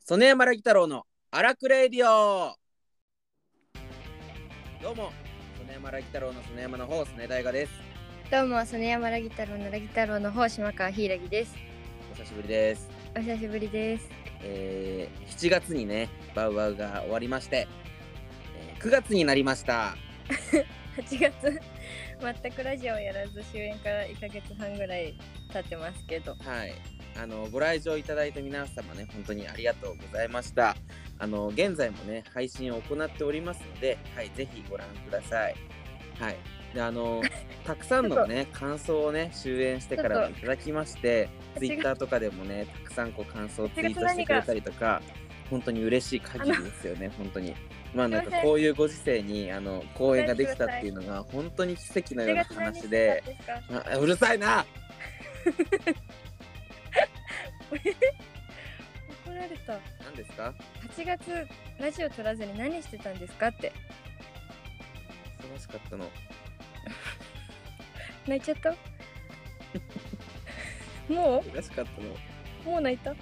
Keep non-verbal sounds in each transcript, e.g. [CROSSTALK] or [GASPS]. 曽根山ラギ太郎の荒くれレディオどうも曽根山ラギ太郎の曽根山の方曽根大賀ですどうも、曽根山ラギ太郎のラギ太郎の方、島川ひいらぎです。お久しぶりです、お久しぶりです。えー、7月にねバウバウが終わりまして、えー9月になりました8月、全くラジオをやらず終演から1ヶ月半ぐらい経ってますけど。はいあのご来場いただいた皆様ね本当にありがとうございましたあの現在もね配信を行っておりますのではいぜひご覧くださいはいであのたくさんのね感想をね終演してからもいただきましてとツイッターとかでもねたくさんこう感想をツイートしてくれたりとか本当に嬉しい限りですよね本当にまあなんすいかませんこういうご時世にあの公演ができたっていうのが本当に奇跡のような話で8月何日だっあうるさいなたんですか怒られた。何ですか8月、ラジオ撮らずに何してたんですかって。忙しかったの泣いちゃった [LAUGHS] も忙しかったのうもう泣いた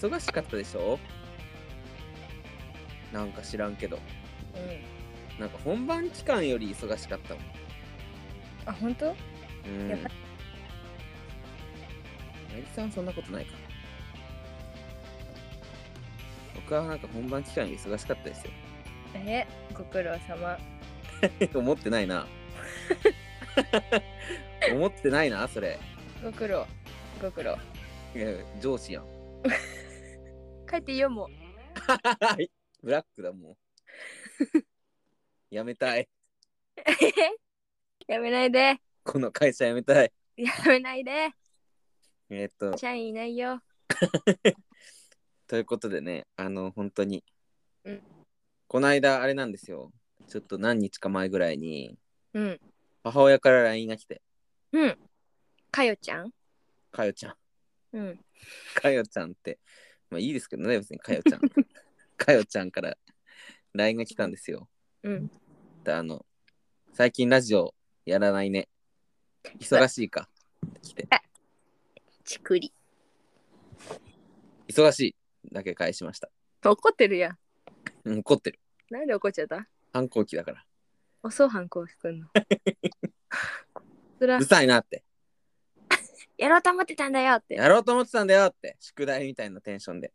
忙しかったでしょなんか知らんけどうん。なんか本番期間より忙しかったもんあ、本当うんやなばぎさんそんなことないか僕はなんか本番期間より忙しかったですよ [LAUGHS] え、ご苦労様。思ってない [LAUGHS] な思ってないなそれご苦労。ご苦労。いや上司やん帰っていいよ、もう。ブラックだもうやめたいやめないで。この会社やめたいやめないで。えーっと社員いないよ。ということでねあの本当に、うんこの間あれなんですよちょっと何日か前ぐらいにうん。母親から LINE が来てうん。かよちゃん「かよちゃんうん。かよちゃん」ってまあいいですけどね別にかよちゃんかよちゃんから LINE が来たんですようん。であの「最近ラジオやらないね忙しいか」って来てちくり。 「忙しい」だけ返しました、怒ってるやん。うん、怒ってるなんで怒っちゃった反抗期だから遅う反抗して [LAUGHS] くんの。そうらる、さいなってやろうと思ってたんだよって。やろうと思ってたんだよって宿題みたいなテンションで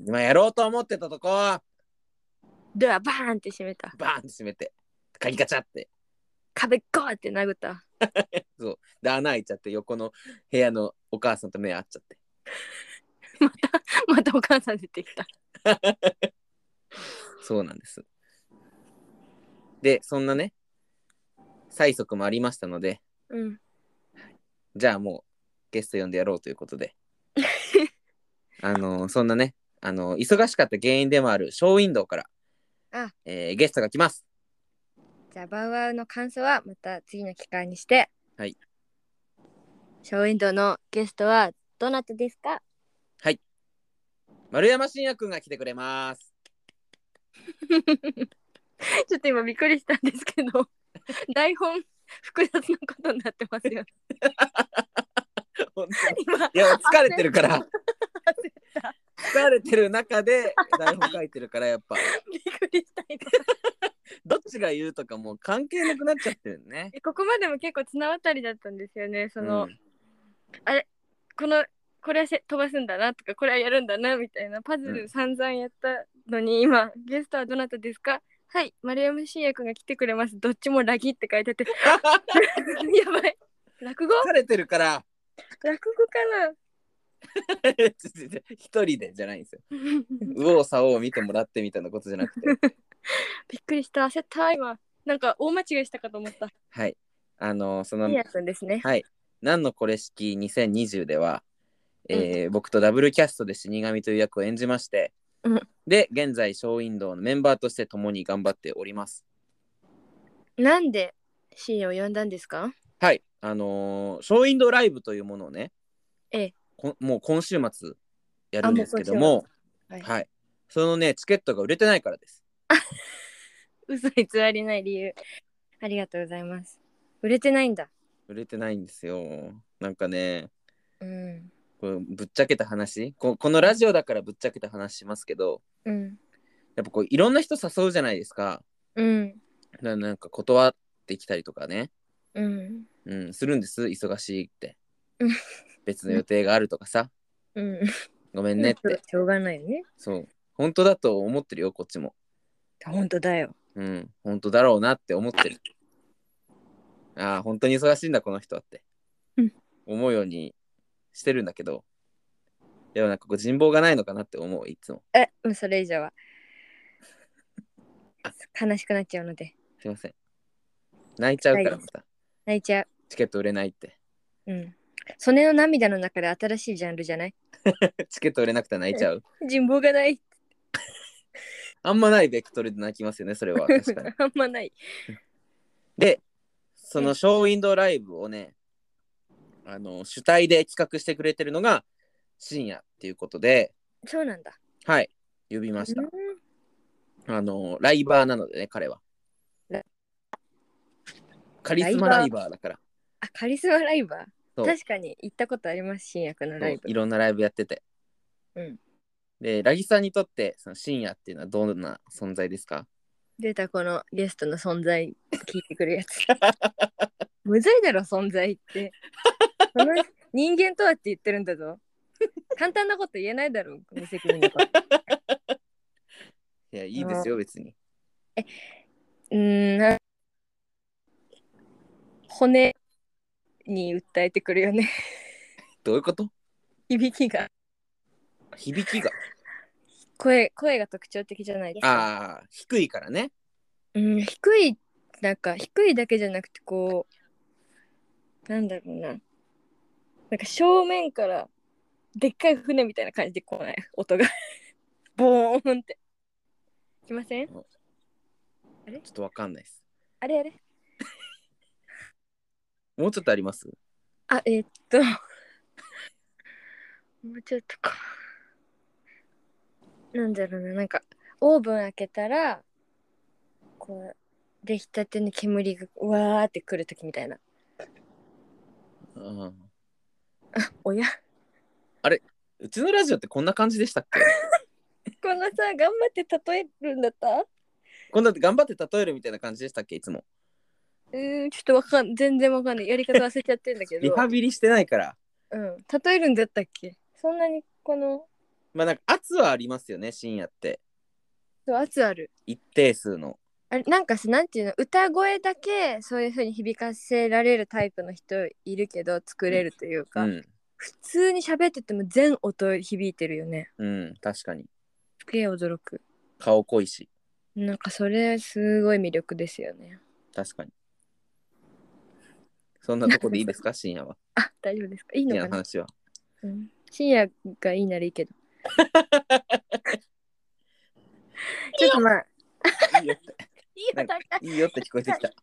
今やろうと思ってたとこバドアバーンって閉めた。ーンって閉めてカギガチャって壁ゴーって殴った。で穴開いちゃって横の部屋のお母さんと目合っちゃってまたお母さん出てきた。そうなんですでそんなね催促もありましたのでうん。じゃあもうゲスト呼んでやろうということ [LAUGHS] であのそんなねあの忙しかった原因でもあるショーウィンドウからあえーゲストが来ますじゃあ、バウアウの感想はまた次の機会にして。はい。ショーウィンドウのゲストはどなたです [LAUGHS] か丸山信也くんが来てくれます [LAUGHS] ちょっと今びっくりしたんですけど台本複雑なことになってますよ。本当に今いや、疲れてるから。 [LAUGHS] た疲れてる中で台本書いてるから、やっぱ。びっくりした今どっちが言うとかもう関係なくなっちゃってるね。ここまでも結構綱渡りだったんですよね。その、うん [LAUGHS] このこれはせ飛ばすんだなとかこれはやるんだなみたいなパズうんル散々やったのに、今ゲストはどなたですかはい丸山信也くんが来てくれますどっちもラギって書いてあって [LAUGHS] やばい落語疲れてるから、落語か [LAUGHS] な一人でじゃないんですよ。 [LAUGHS] 右往左往見てもらってみたいなことじゃな [LAUGHS] くて。びっくりした焦った今なんか大間違いしたかと思った。はい。あの、その信、也くんですね。何のこれ式2020では、えー僕とダブルキャストで死神という役を演じまして、うんで、現在、ショーウィンドウのメンバーとして共に頑張っております。なんでシーンを呼んだんですかはい、あのーショーウィンドーライブというものをね、ええこんもう今週末やるんですけども、あもう今週末はい、そのね、チケットが売れてないからです。 [LAUGHS] 嘘偽りない理由。ありがとうございます。売れてないんだ。売れてないんですよ。なんかね、うん。ここうぶっちゃけた話ここのラジオだからぶっちゃけた話しますけどうんやっぱこういろんな人誘うじゃないですかうんななんか断ってきたりとかね、うんうん、するんです忙しいってうん別の予定があるとかさうんごめんねっまあてしょうがないよねそう本当だと思ってるよこっちも本当だようん、本当だろうなって思ってる。ああ、本当に忙しいんだ、この人はって。うん思うようにしてるんだけど、でもなんかこう人望がないのかなって思う、いつも。えもうそれ以上は [LAUGHS] 悲しくなっちゃうのですいません。泣いちゃうからまた、泣いちゃうチケット売れない [LAUGHS] って。うんそれの涙の中で新しいジャンルじゃないチケット売れなくて泣いちゃう。人望が [LAUGHS] ないあんまないベクトルで泣きますよね、それ [LAUGHS] は。確かに。あんまないで、そのショーウィンドーライブをね、あの主体で企画してくれてるのが深夜っていうことで、そうなんだはい、呼びましたうん。あの、ライバーなのでね、彼はラ。カリスマライバーだから。あカリスマライバそーう確かに行ったことあります新薬のライいブろんなライブやってて。うんで、ラギさんにとって、その深夜っていうのはどんな存在ですか出たこのゲストの存在聞いてくるやつむずいだろ存在ってその人間とはって言ってるんだぞ簡単なこと言えないだろ無責任だからいや、いいですよ、別に。うーんな骨に訴えてくるよねどういうこと響きが響 [LAUGHS] きが。声声が特徴的じゃないですかああ、低いからね。うん、低いなんか低いだけじゃなくてこうなんだろうななんか正面からでっかい船みたいな感じで来ない音が [LAUGHS] ボーンって来ませんちょっとわかんないです。あれあれもうちょっとありますあえーっと [LAUGHS] もうちょっとかなんだろうななんかオーブン開けたらこう出来たての煙がうわーってくるときみたいなうんおやうちのラジオってこんな感じでしたっけ [LAUGHS] このさ頑張って例えるんだったこんな頑張って例えるみたいな感じでしたっけいつも。うーんちょっとわかん全然わかんないやり方忘れちゃってんだけ [LAUGHS] リどハビリしてないから。うん例えるんだったっけそんなにこのまあなんか圧はありますよね、深夜って。そう圧ある一定数の。あれなんかさなんていうの歌声だけそういう風に響かせられるタイプの人いるけど作れるといううか、ん。普通に喋ってても全音響いてるよねうん、確かに。すげえ驚く顔濃いし、なんかそれすごい魅力ですよね確かに。そんなとこでいいです [LAUGHS] か、深夜は。あ大丈夫ですかいい深の夜かのな、話は。うん、深夜がいいならいい [LAUGHS] けどちょっとまあいいよって、いいよなん高い [LAUGHS] いいよって聞こえてきた。ちっ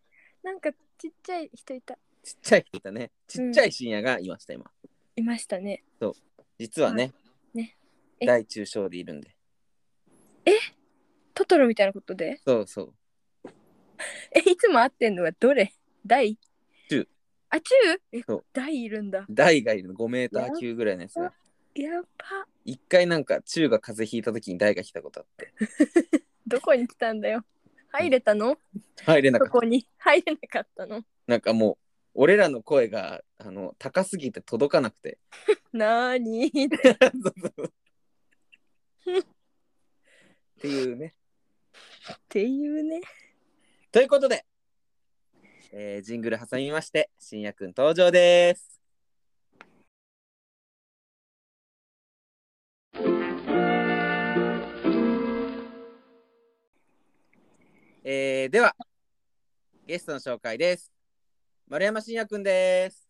なんかちっちゃい人いたちゃい人だね。ちっちゃい深夜がいました、今。いましたね実はね、ねえ大中小でいるんで。トトロみたいなことでそうそう。えいつも会ってんのはどれ大中あ中えそう大いるんだ大がいるの、5メーター級ぐらいのやつが。やっば一回なんか中が風邪ひいた時に大が来たことあって。どこに来たんだよ入れたの入れなかそった。こに入れなかったのなんかもう、俺らの声があの高すぎて届かなくて。なーにそうそうっていうね。っていうねということで、えージングル挟みまして、しんやくん登場です。えーでは、ゲストの紹介です。丸山しんやくんです。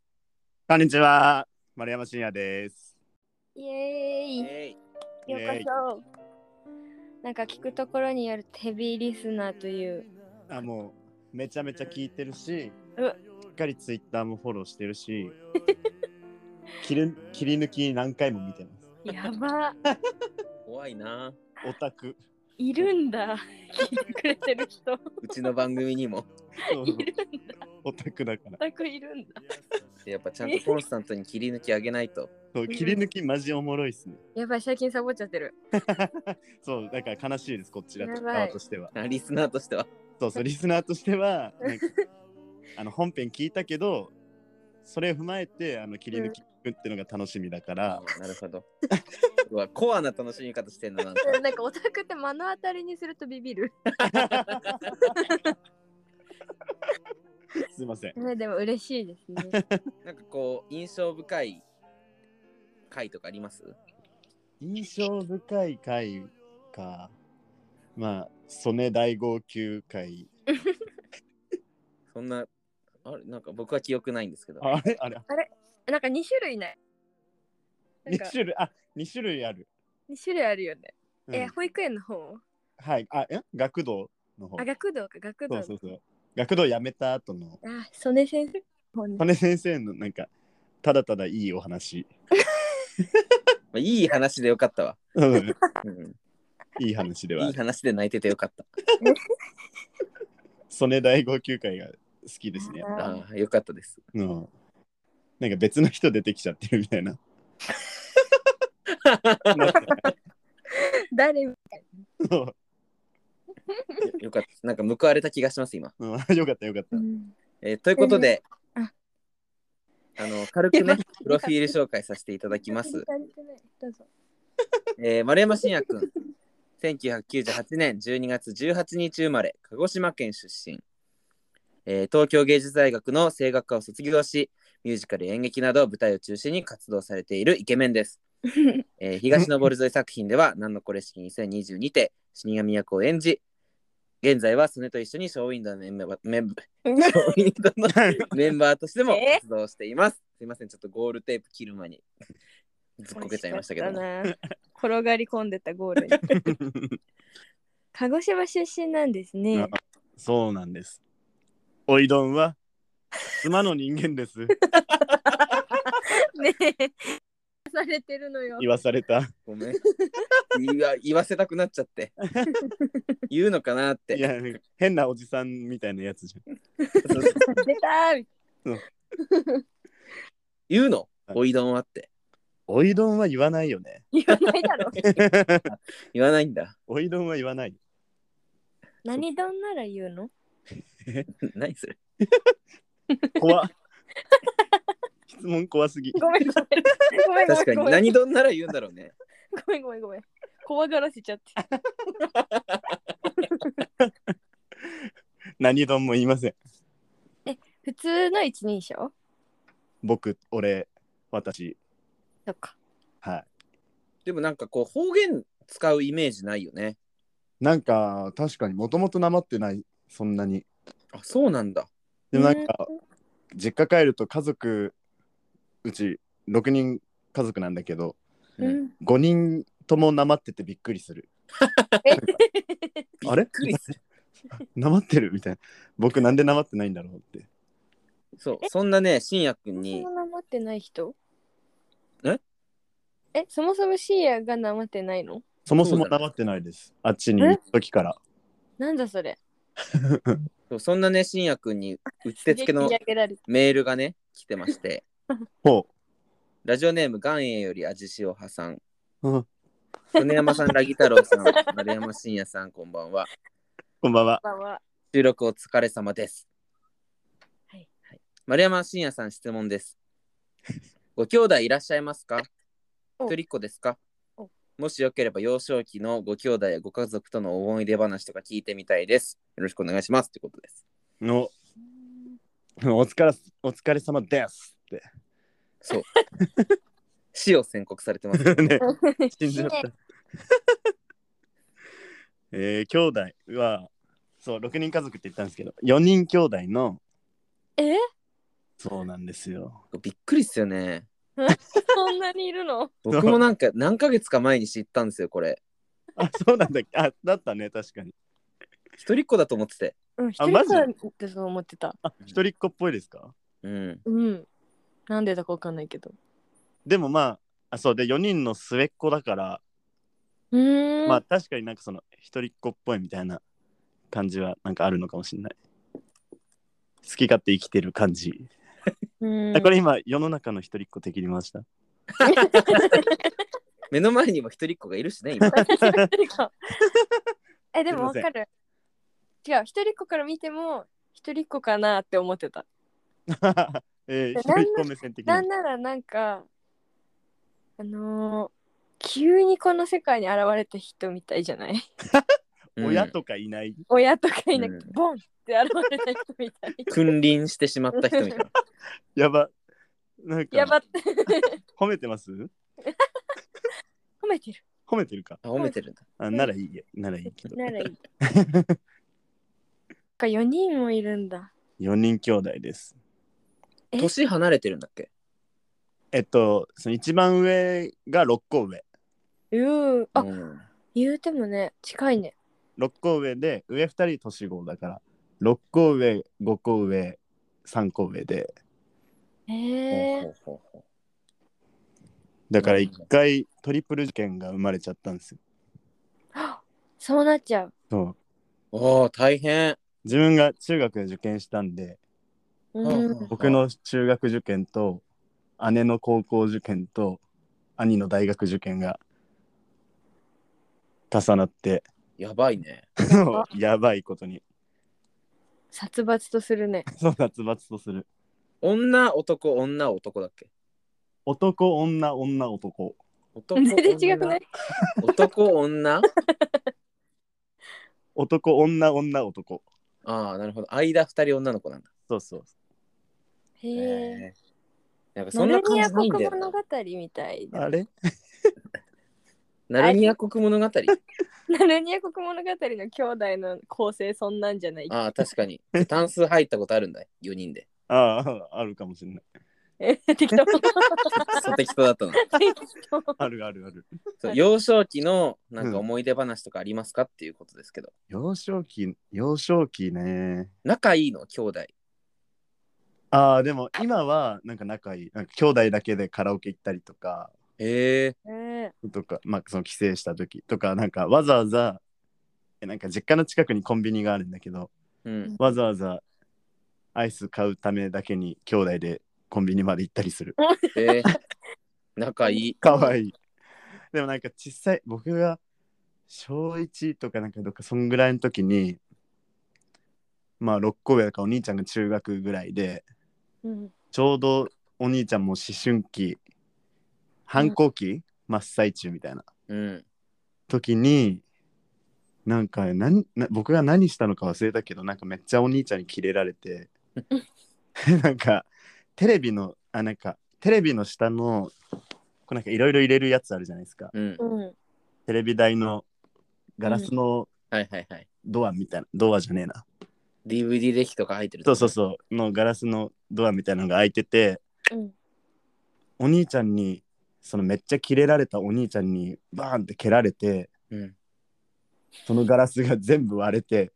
こんにちは。丸山真也です。イエーイえようこそなんか聞くところによるとヘビーリスナーというあ、もうめちゃめちゃ聞いてるし、うわしっかりツイッターもフォローしてるし、 [LAUGHS] 切り切り抜き何回も見てます。やばー怖いな。オタク。いるんだ聞いてくれてる人うちの番組にも。そういるんだオタクだから。全くいるんだやっぱちゃんとコンスタントに切り抜き上げないと。そう切り抜きマジおもろいっすね。やばい、最近サボっちゃってる。そう、だから悲しいです、こっちらやとばい側としては。あリスナーとしては。そうそう、リスナーとし [LAUGHS] ては、なんかあの本編聞いたけど、それを踏まえてあの切り抜き聞くっていうのが楽しみだから、なるほど。うわコアな楽しみ方してんだなんか。なんかオタクって目の当たりにするとビビる。すいません。ね、でも嬉しいです [LAUGHS] ね。なんかこう、印象深い回とかあります印象深い回か。まあ、曽根大号泣会。そんな、あれなんか僕は記憶ないんですけど。あれあれなんか2種類ない。なん ?2 か種類、あ、二種類ある。 2種類あるよね。うんえ、保育園の方はい。あ、え学童の方。あ、学童か、学そ童う。そうそう。学童辞めた後の、あ、曽根先生の方ね曽根先生のなんか、ただただいいお話。まあ、いい話でよかったわ、 [LAUGHS] うんうんいい話ではあいいる。話で泣いててよかった。曽根大号泣会が好きですね。やっぱああ、よかったです。うん。なんか別の人出てきちゃってるみたいな。誰もそうよよかった。なんか報われた気がします、今。うんよかったよかった。えーということで、うんああの軽くね、プロフィール紹介させていただきます。どうぞ。えー丸山信也君、1998年12月18日生まれ、鹿児島県出身。えー東京芸術大学の声楽科を卒業し、ミュージカル、演劇など舞台を中心に活動されているイケメンです。えー東のボルゾイ作品では「なんのこれ式2022」て死神役を演じ現在は曽根と一緒にショーウィンドーのメンバーメンバーショーウィンドーの [LAUGHS] メンバーとしてもえ活動しています。すいませんちょっとゴールテープ切る前にずっこけちゃいましたけど惜しもかったな転がり込んでたゴール [LAUGHS] に。鹿児島出身なんですね。 [LAUGHS] そうなんです。おいどんは妻の人間 [LAUGHS] です。ねえ。されてるのよ。言わされた。ごめん言わ言わせたくなっちゃって言うのかなっいてや変なおじさんみたいなやつじ [LAUGHS] 出たー言うのはいおいどんはってゃん。おいどんは言わないよね。言わないだろ。言わないんだ [LAUGHS] おいどんは言わない。何丼なら言うの何それ怖っ [LAUGHS] 質問怖すぎ。ごめんごめん。ごめんごめん。確かに何どんなら言うんだろうねごめんごめんごめん。怖がらせちゃって。何どんも言いません。普通の一人称僕、俺、私。とか。はでもなんかこう方言使うイメージないよねい。なんか確かにもともとなまってない。そんなに。あそうなんだでもなんか、実家帰ると家族うち6人家族なんだけどうん。 5人ともなまっててびっくりする。あれびっくりするなまってるみたいな。僕なんでなまってないんだろうって。そうそんなねしんやくんにそもそも持ってない人ええ、そもそも深夜がなまってないのそもそもなまってないです。あっちに行く時から。なんだそれ。そうそんなねしんやくんにうってつけの切り上げられてメールがね来てましてほラジオネーム岩塩より味塩派さんう。うん曽根山さんラギ太郎さん丸山信也さんこんばんはこんばんは。ばんは。収録お疲れ様です、はい丸山信也さん質問です [LAUGHS] ご兄弟いらっしゃいますかお一人っ子ですかおもしよければ幼少期のご兄弟やご家族との思い出話とか聞いてみたいですよろしくお願いしますってことですのお疲れお疲れ様ですって。そう。死を宣告されて [LAUGHS] ますよね。ね、死んじゃった。 [LAUGHS] えー、兄弟はそう6人家族って言ったんですけど4人兄弟のえそうなんですよ。びっくりっすよね。そんなにいるの僕もなんか何ヶ月か前に知ったんですよ、これ。あそうなんだっけあだったね確かに。一人っ子だと思ってて。うん、一あ人マっジ子だってそう思ってた。あ一人っ子っぽいですかうん。うん。なんでだかわかんないけど。でもまああそうで4人の末っ子だから、うーん。まあ確かになんかその一人っ子っぽいみたいな感じはなんかあるのかもしれない。好き勝手生きてる感じ。うんだから今、世の中の一人っ子敵に回 [LAUGHS] した。目の前にも一人っ子がいるしね、 [LAUGHS] 今。えでもわすいかる違う一人っ子から見ても一人っ子かなって思ってたえー、一なんな人っ子目線的な。なんならなんかあのー急にこの世界に現れた人みたいじゃない [LAUGHS] うん親とかいない。親とかいなくてうボンって現れた人みたい君臨してしまった人みたいな。やば。なんやばか、って褒めてます褒めてる褒めてるか。あ褒めてるんだ。あならいいや、ならいいけど。ならいいか4人もいるんだ4人兄弟です。え年離れてるんだっけえっと、その一番上が6個上。うーあうん言うてもね近いね6個上で、上2人年子だから、6個上、5個上、3個上で。へほうえほうほうほだから一回トリプル事件が生まれちゃったんですよ。 [GASPS] そうなっちゃうそううおお、大変。自分が中学受験したんで、うん [LAUGHS] 僕の中学受験と姉の高校受験と兄の大学受験が重なって、やばいね。そうやばいことに、 [LAUGHS] 殺伐とするねそう夏バツとする。女、男、女、男だっけ男、女、女、男。男全然違くない [LAUGHS] 男、女男、女、女、男。ああ、なるほど。間二人女の子なんだ。そうそう。へへええ。なんかそナんルなニ感アじない国んだよな物。語みたいな。あれ [LAUGHS] ナルニア国物語。ナルニア国物語の兄弟の構成そんなんじゃない。ああ、確かに。単数入ったことあるんだ。4人で。ああ、あるかもしれない。え適当。クソ適当だった [LAUGHS] の。適当 [LAUGHS] あるあるある。そう幼少期のなんか思い出話とかありますかっていうことですけど。幼少期、幼少期ね。仲いいの兄弟。ああ、でも今はなんか仲いい。なんか兄弟だけでカラオケ行ったりとか、へえ。えとか、まあその帰省した時とか、なんかわざわざ、えなんか実家の近くにコンビニがあるんだけど、うん。わざわざアイス買うためだけに兄弟でコンビニまで行ったりする。へえ。仲いい。かわいい。でもなんか小さい、僕が小1とかなんかどっかそんぐらいの時に、まあ6個上だからお兄ちゃんが中学ぐらいで、うん。ちょうどお兄ちゃんも思春期反抗期、真っ最中みたいなうん。時になんかなんな僕が何したのか忘れたけどなんかめっちゃお兄ちゃんにキレられて [LAUGHS] なんかテレビのあなんかテレビの下のこうなんかいろいろ入れるやつあるじゃないですかうん。うん。テレビ台のガラスのはいはいはい。ドアみたいな、ドアじゃねえな DVD デッキとか入ってるそとうそうそうのガラスのドアみたいなのが開いててうん。お兄ちゃんにそのめっちゃキレられたお兄ちゃんにバーンって蹴られてう。うん。そのガラスが全部割れて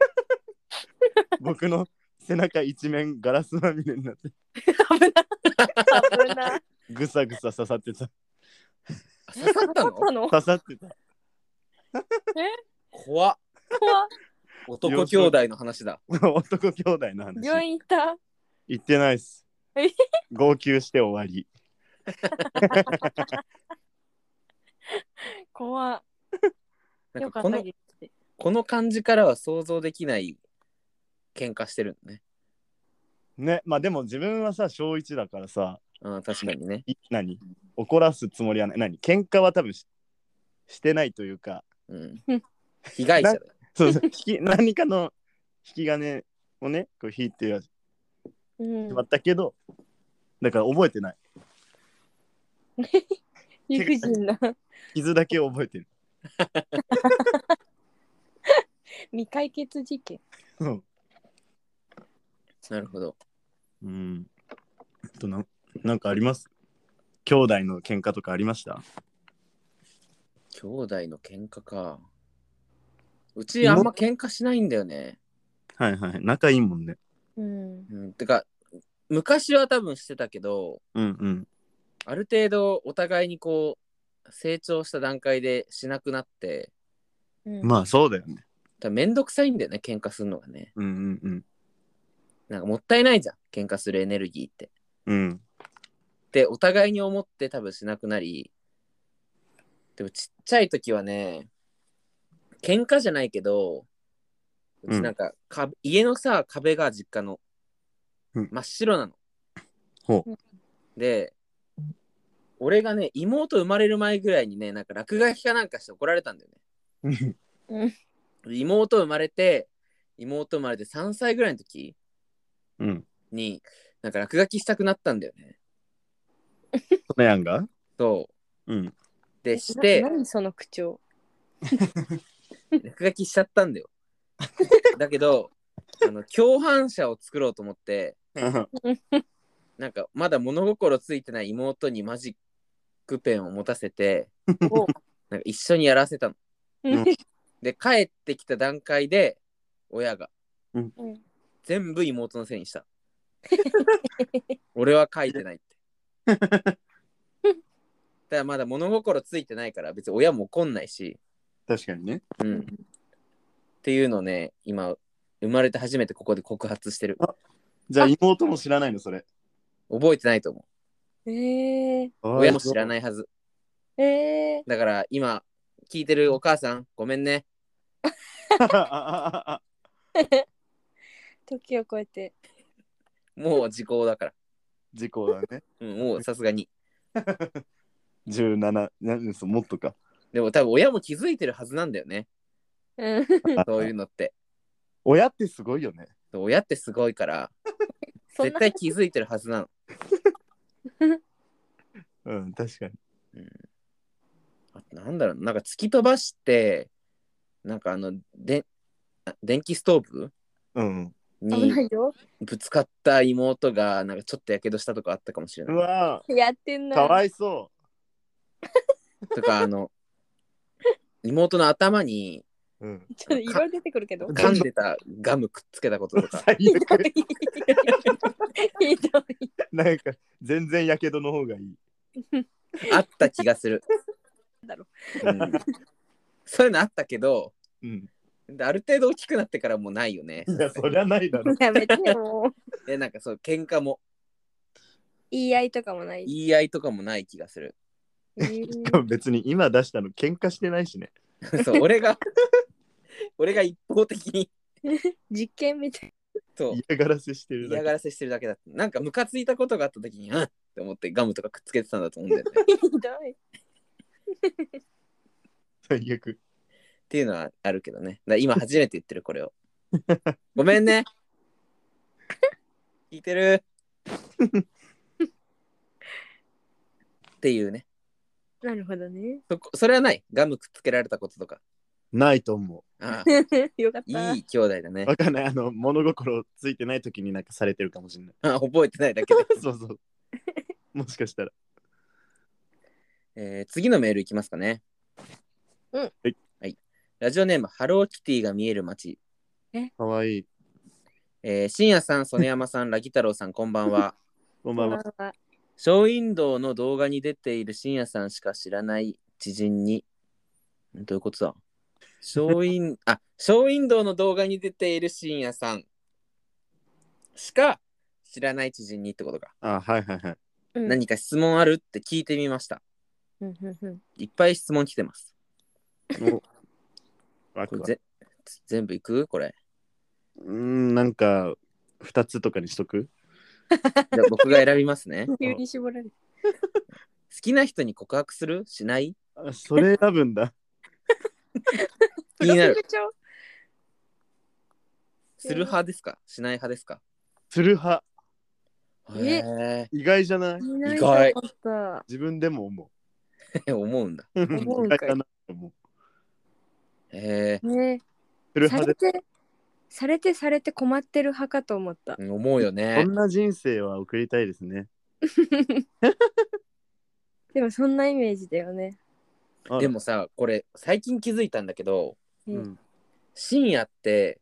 [LAUGHS] 僕の背中一面ガラスまみれになって危な。ぐさぐさ刺さってたあ刺さったのたの？刺さってた怖っ。怖っ。男兄弟の話だ。男兄弟の病話院行った。言ってないっすえ号泣して終わり怖っ。なよんかかこったのぎり。この感じからは想像できない喧嘩してるのね。ねまあでも自分はさ小1だからさうん、確かにね。い何怒らすつもりはない何喧嘩は多分ししてないというかうん。被害 [LAUGHS] 者だ。そうそう引き [LAUGHS] 何かの引き金をねこう引いてはうんしま。ったけど、だから覚えてない。理不尽な傷だけ覚えてる。未解決事件。なるほど。うん。あとな、なんかあります兄弟の喧嘩とかありました兄弟の喧嘩か。うちあんま喧嘩しないんだよね。はいはい。仲いいもんね。うん。うん、てか、昔は多分してたけど、うんうん。ある程度お互いにこう、成長した段階でしなくなって、うんまあそうだよね。だからめんどくさいんだよね、喧嘩するのがね。うんうんうん。なんかもったいないじゃん喧嘩するエネルギーってうんってお互いに思って多分しなくなりでもちっちゃい時はね喧嘩じゃないけどうちなんかか、家のさ壁が実家の、うん真っ白なの。ほうで俺がね妹生まれる前ぐらいにねなんか落書きかなんかして怒られたんだよね。 [LAUGHS] うん妹生まれて妹生まれて3歳ぐらいの時うんになんか落書きしたくなったんだよね。そのやんがそううん [LAUGHS] でしてな何その口調落書きしちゃったんだよ。 [LAUGHS] だけどあの共犯者を作ろうと思ってなんかまだ物心ついてない妹にマジックペンを持たせてをなんか一緒にやらせたの。うんで帰ってきた段階で親がうん全部妹のせいにした。俺は書いてないって。だからまだ物心ついてないから別に親も怒んないし、確かにねうん。っていうのをね、今生まれて初めてここで告発してる。じゃあ妹も知らないのそれ覚えてないと思えー、う。親も知ら [LAUGHS] いないはず。えだから今聞いてるお母さん、ごめんね。ー、時を超えてもう時効だから。事故だねうん、もうさすがに。 17何そもっとかでも多分親も気づいてるはずなんだよね。うんそういうのって。親ってすごいよね親ってすごいから、そん絶な対気づいてるはずなの。うん確かにあとなんだろうなんか突き飛ばしてなんかあのであ電気ストーブうん危なにいよぶつかった妹がなんかちょっとやけどしたとかあったかもしれうないわやってんーなかわいそとかあの妹の頭にううんちょっといろいろ出てくるけどか噛んでたガムくっつけたこととか最ひど悪いひどいなんか全然やけどの方がいいあった気がするだろうんそういうのあったけどうんである程度大きくなってからもうないよねいやそりゃないだろやめてよでなんかそう喧嘩も言い合いとかもない言い合いとかもない気がするえー [LAUGHS] しかも別に今出したの喧嘩してないしねそう俺が俺が一方的に実験みたいそう嫌がらせしてるだ嫌けがらせしてるだけだったなんかムカついたことがあった時にうんって思ってガムとかくっつけてたんだと思うんだよねっひどい最悪ていうのはあるけどねだから今初めて言ってるこ [LAUGHS] れをごめんね聞いてるっていうねなるほどねそこそれはないガムくっつけられたこととかないと思ああ [LAUGHS] よかった [LAUGHS] いい兄弟だうねわかんないあの物心ついてない時になんかされてるかもしれ [LAUGHS] ないあ覚えてないだけで、そうそうもしかしたらえー次のメールいきますかねうんははいい、ラジオネームハローキティが見える街かわいいえー、深夜さん、曽根山さん、ラギ太郎さん、こんばんは。こんばこんんばはんはショーウィンドウの動画に出ている深夜さんしか知らない知人に、んどういうことだショーウィン、 [LAUGHS] あ、ショーウィンドウの動画に出ている深夜さんしか知らない知人にってことか。あはいはいはいうん何か質問あるって聞いてみました。うんうんうんいっぱい質問来てます。おわこくれわぜ全部いくこれ。うーんなんか2つとかにしとくじゃあ僕が選びます [LAUGHS] ね。好急に絞られきな人に告白するしないあそれ選ぶんだ気になる。プロフィール帳する派ですかしない派ですかする派えへー意外じゃないいない意と外思った。自分でも思うって [LAUGHS] 思うんだ。思うんかい意外だなと思うへね、するさ派れでて、されて、されて困ってる派かと思った。え、思うよねこん。な人生は送りたいですねでも、そんなイメージだよね。あでもさ、これ最近気づいたんだけど、ううん深夜って、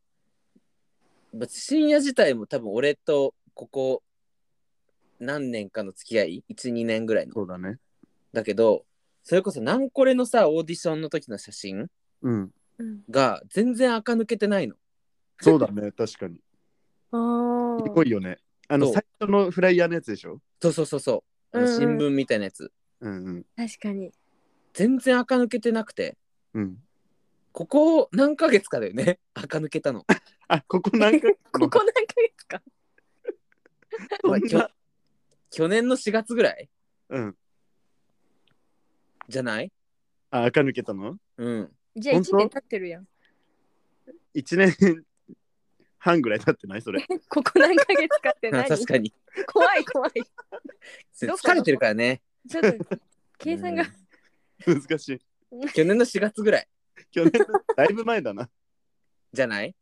別に深夜自体も多分俺とここ何年かの付き合い、1、2年ぐらいの。そうだねだけど、それこそ何これのさ、オーディションの時の写真うんうん、が全然垢抜けてないの。そうだね確かにああ、すごいよね。あの、そう最初のフライヤーのやつでしょそうそうそうそうあのうんうん新聞みたいなやつうんうん。確かに。全然垢抜けてなくてうん。ここ何ヶ月かだよね [LAUGHS] 垢抜けたのあ、ここ何回ここ何ヶ月か。そんきょな去年の4月ぐらいうん。じゃないあ、垢抜けたのうんじゃあ本当1年経ってるやん。 ?1 年半ぐらい経ってないそれ。ここ何ヶ月かってあ [LAUGHS] 何確かに怖い怖い。どこ疲れてるからねちょっと計算がうん。難しい。去年の4月ぐらい去年、だいぶ前だな。じゃない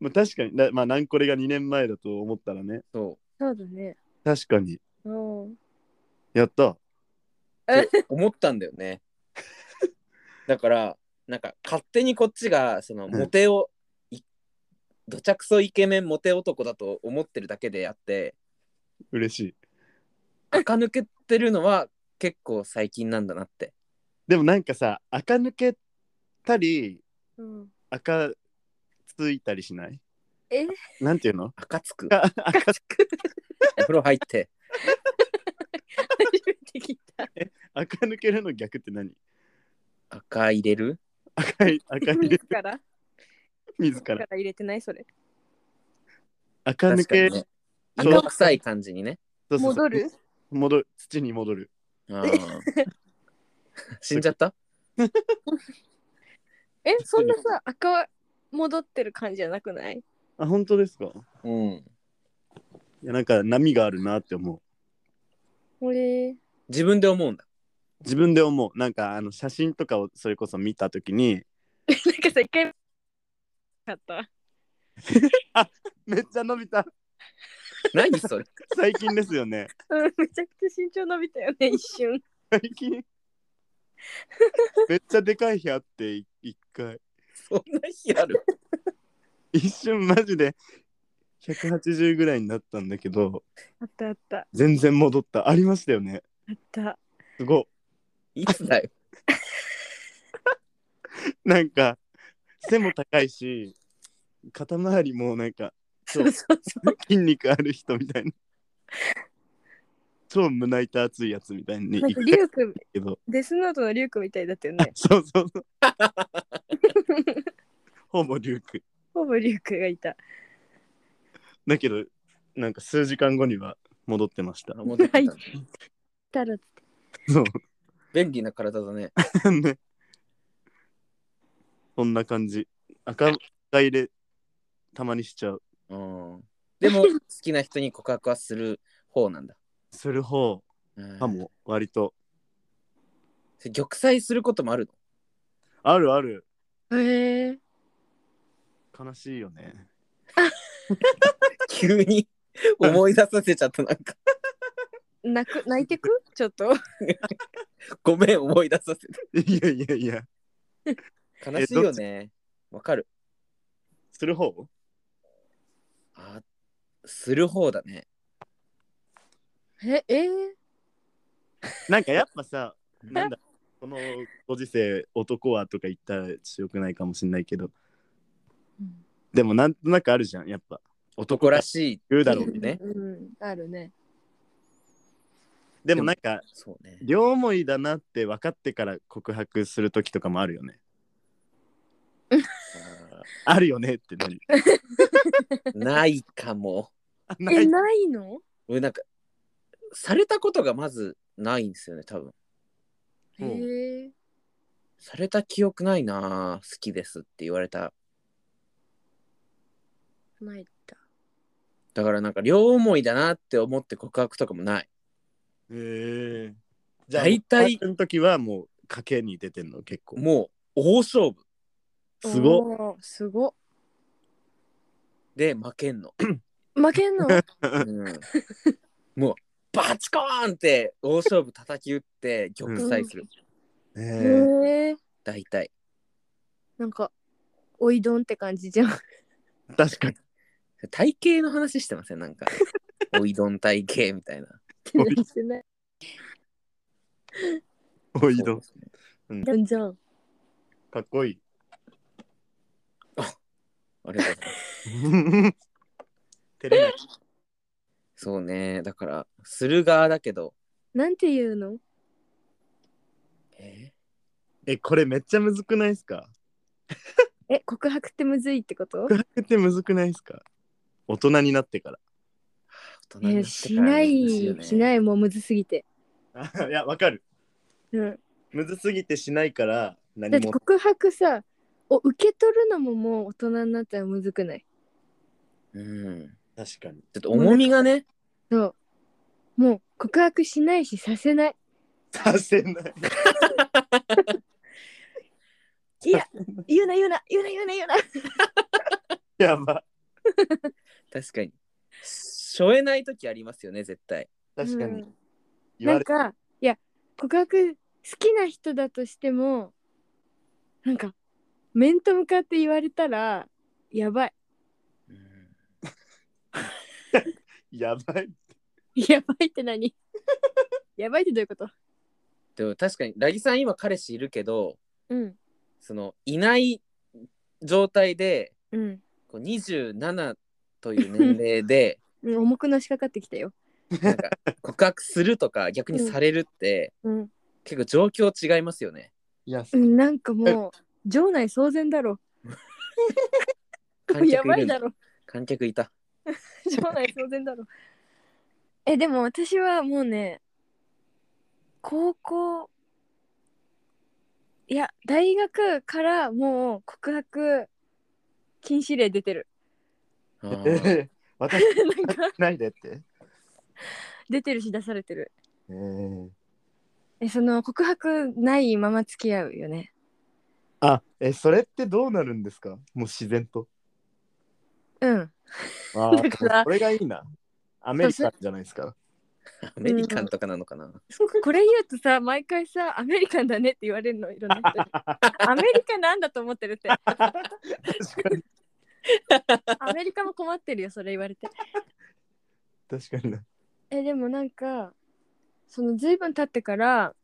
まあ、確かに、だまあ、なんこれが2年前だと思ったらね。そそうだね。確かに。うん。やった。う思ったんだよね [LAUGHS] だからなんか勝手にこっちがそのんモテを、いどちゃくそイケメンモテ男だと思ってるだけであって嬉しい。垢抜けてるのは結構最近なんだなってでもなんかさ、垢抜けたり、うん、垢ついたりしないえなんていうの赤つ [LAUGHS] くあお風呂入って初 [LAUGHS] めて聞いた。垢抜けるの逆って何 [LAUGHS] 赤入れる赤い、赤い自ら自 [LAUGHS] 自ら。ら入れてないそれ。垢抜け、確かにねそう赤臭い感じにねそうそうそう戻る戻る。土に戻る。あー [LAUGHS] 死んじゃったえそんなさ赤は戻ってる感じじゃなくないあ、本当ですかうんいや、なんか波があるなって思う。俺自分で思うんだ自分で思う。なんか、あの、写真とかをそれこそ見たときに、なんかさ一回買っためっちゃ伸びた。何それ [LAUGHS] 最近ですよね。 [LAUGHS] うんめちゃくちゃ身長伸びたよね一瞬最近。めっちゃでかい日あって、い一回。そんな日ある一瞬マジで180ぐらいになったんだけど、あったあった全然戻った。ありましたよね。あったすごい。いつだよ [LAUGHS] なんか、背も高いし、肩周りもなんか、 [LAUGHS] そうそうそう筋肉ある人みたいな。超胸板熱いやつみたいにな言んったかリュウ君けど。デスノートのリュウ君みたいだったよあねそうそうそう。ほぼリュック。ほぼリュウ君がいただけど、なんか数時間後には戻ってました。戻ってたんだたらそう。 [LAUGHS] 便利な体だねね、そんな感じ。赤入れ、たまにしちゃう。うんでも好きな人に告白はする方なんだ、する方うんかも、割と。それ玉砕することもあるあるある。へえ悲しいよね。の急に思い出させちゃったなんか泣く泣いてくちょっとごめん思い出させていやいやいや。悲しいよねわかるする方あする方だねええー、なんかやっぱさ、なんだ、このご時世、男はとか言ったら強くないかもしれないけど、でもなんとなくあるじゃん、やっぱ。男らしい言うだだろろううねうんあるねでもなんか、そうね両思いだなって分かってから告白する時とかもあるよね。あるよねって何あーないかもあえなないいの俺なんかされたことがまずないんですよね多分へうんえされた記憶ないな好きですって言われた泣いただからなんか両思いだなって思って告白とかもないえー、じゃあ、大体その時はもう賭けに出てんの結構。もう大勝負すごっおーすごっで負けんの、 [LAUGHS] 負けんのうんもうバチコーンって大勝負叩き打って玉砕する、えへー、え大体なんかおいどんって感じじゃん確かに。体型の話してませんなん [LAUGHS] かおいどん体型みたいなおいしてないおいどん。そうじゃんかっこいい。 [LAUGHS] ありがとうございます照れない。そうねだからする側だけどなんていうのええ、これめっちゃむずくないですかえ告白ってむずいってこと告白ってむずくないですか大人になってから。大人にえなってしからない難よねしないもうむずすぎて、 [LAUGHS] あいや、わかる。うん、むずすぎてしないからだ何っても。告白さを受け取るのももう大人になったらむずくないうん確かに。ちょっと重みがねそうもう告白しないしさせないさせない。いや言うな言うな言うな言うな言うなやば。確かにしょえない時ありますよね絶対確かうに。ん言なわんれた。かいや告白好きな人だとしてもなんか面と向かって言われたらやばい [LAUGHS] やばい。やばいって何 [LAUGHS] やばいってどういうことでも確かにラギさん今彼氏いるけどうんそのいない状態でうんこう27という年齢 [LAUGHS] でうん重くのしかかってきたよなんか告白するとか逆にされるって、うん、結構状況違いますよねいや、うん、なんかもう場内騒然だろ観客いるんだやばいだろ観客いた [LAUGHS] 場内騒然だろえでも私はもうね高校いや大学からもう告白禁止令出てる [LAUGHS] あえーー、 [LAUGHS] 私なんか [LAUGHS] ないでって。出てるし出されてるえー、えその告白ないまま付き合うよねあ、え、それってどうなるんですかもう自然と。うんあーだからこれがいいな。アメリカンじゃないですか。アメリカンとかなのかな、これ言うとさ毎回さアメリカンだねって言われるのいろんな人にアメリカなんだと思ってるって確かに。 [LAUGHS] アメリカも困ってるよそれ言われて確かにな。えでもなんかその随分経ってから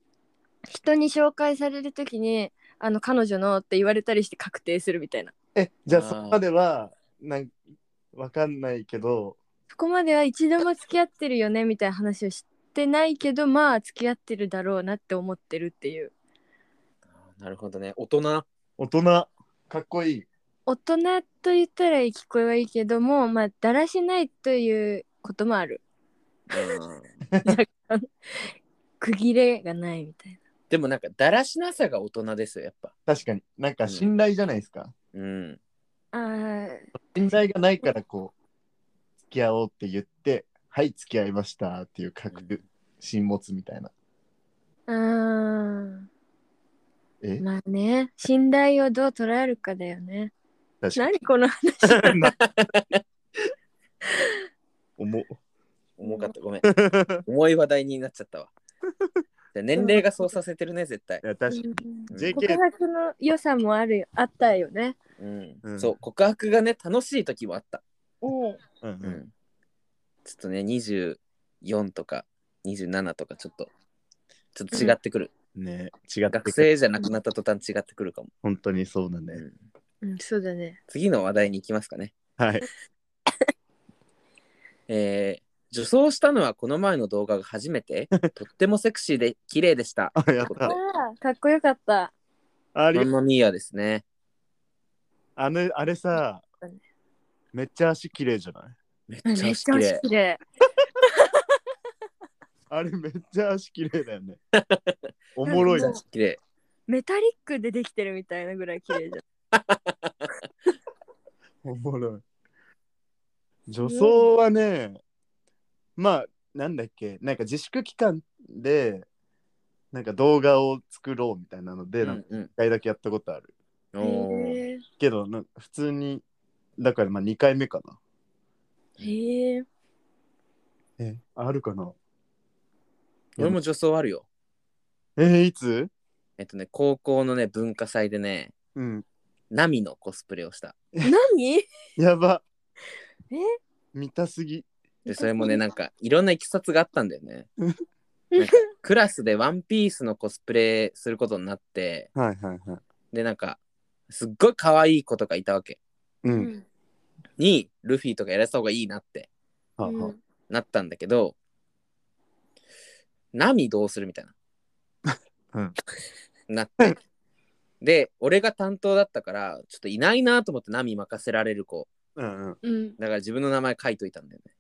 人に紹介される時に「あの彼女の」って言われたりして確定するみたいなえ、じゃああーそこまでは、なんわかんないけど、そこまでは一度も付き合ってるよねみたいな話をしてないけどまあ付き合ってるだろうなって思ってるっていうなるほどね大人大人、かっこいい。大人と言ったら聞こえはいいけどもまあだらしないということもあるうん区切れがないみたいなでもなんかだらしなさが大人ですよやっぱ確かに。なんか信頼じゃないですか。うんあー信頼がないからこう、付き合おうって言って、はい、付き合いましたっていう確信持つみたいな。あーえまあね信頼をどう捉えるかだよね確か何この話に。重っ重かったごめん重い話題になっちゃったわ [LAUGHS] で年齢がそうさせてるね絶対 [LAUGHS] いや、確かに。うん JK 告白の良さもあるよあったよね。うんうんそう告白がね楽しい時もあった、うんううんん、ちょっとね24とか27とかちょっとちょっと違ってくる、ね違って学くる。生じゃなくなった途端違ってくるかも、本当にそうだうね。ん、うん、そうだね。次の話題に行きますかねはい。えー女装したのはこの前の動画が初め [LAUGHS] てとってもセクシーで綺麗でしたあ、やっあた。あ、かっこよかった。ありマンマミーアですねあのあれさ、めっちゃ足綺麗じゃないめっめっちゃち綺ゃ麗綺麗。あれめっちゃ足綺麗だよね。おもろいね。綺麗メタリックでできてるみたいなぐらい綺麗じ [LAUGHS] おもろい。女装はね、まあ、なんだっけ、なんか自粛期間で、なんか動画を作ろうみたいなので、うなんかんうん一回だけやったことある。ゃおん。ーへけど、な普通に、だからまあ2回目かな。え。へえ。え、あるかな俺も女装あるよえーいつえっとね高校のね文化祭でねうん。ナミのコスプレをした何？やば。え見たすぎ。でそれもねなんかいろんないきさつがあったんだよねうんなんかクラスでワンピースのコスプレすることになってはいはいはい。でなんかすっごい可愛い子とかいたわけう。うんん。にルフィとかやらせた方がいいなってはあはあうんなったんだけど、波どうするみたいな。 [LAUGHS] うんなって。で、俺が担当だったから、ちょっといないなと思って波任せられる子。うんうん。 [LAUGHS] だから自分の名前書いといたんだよね。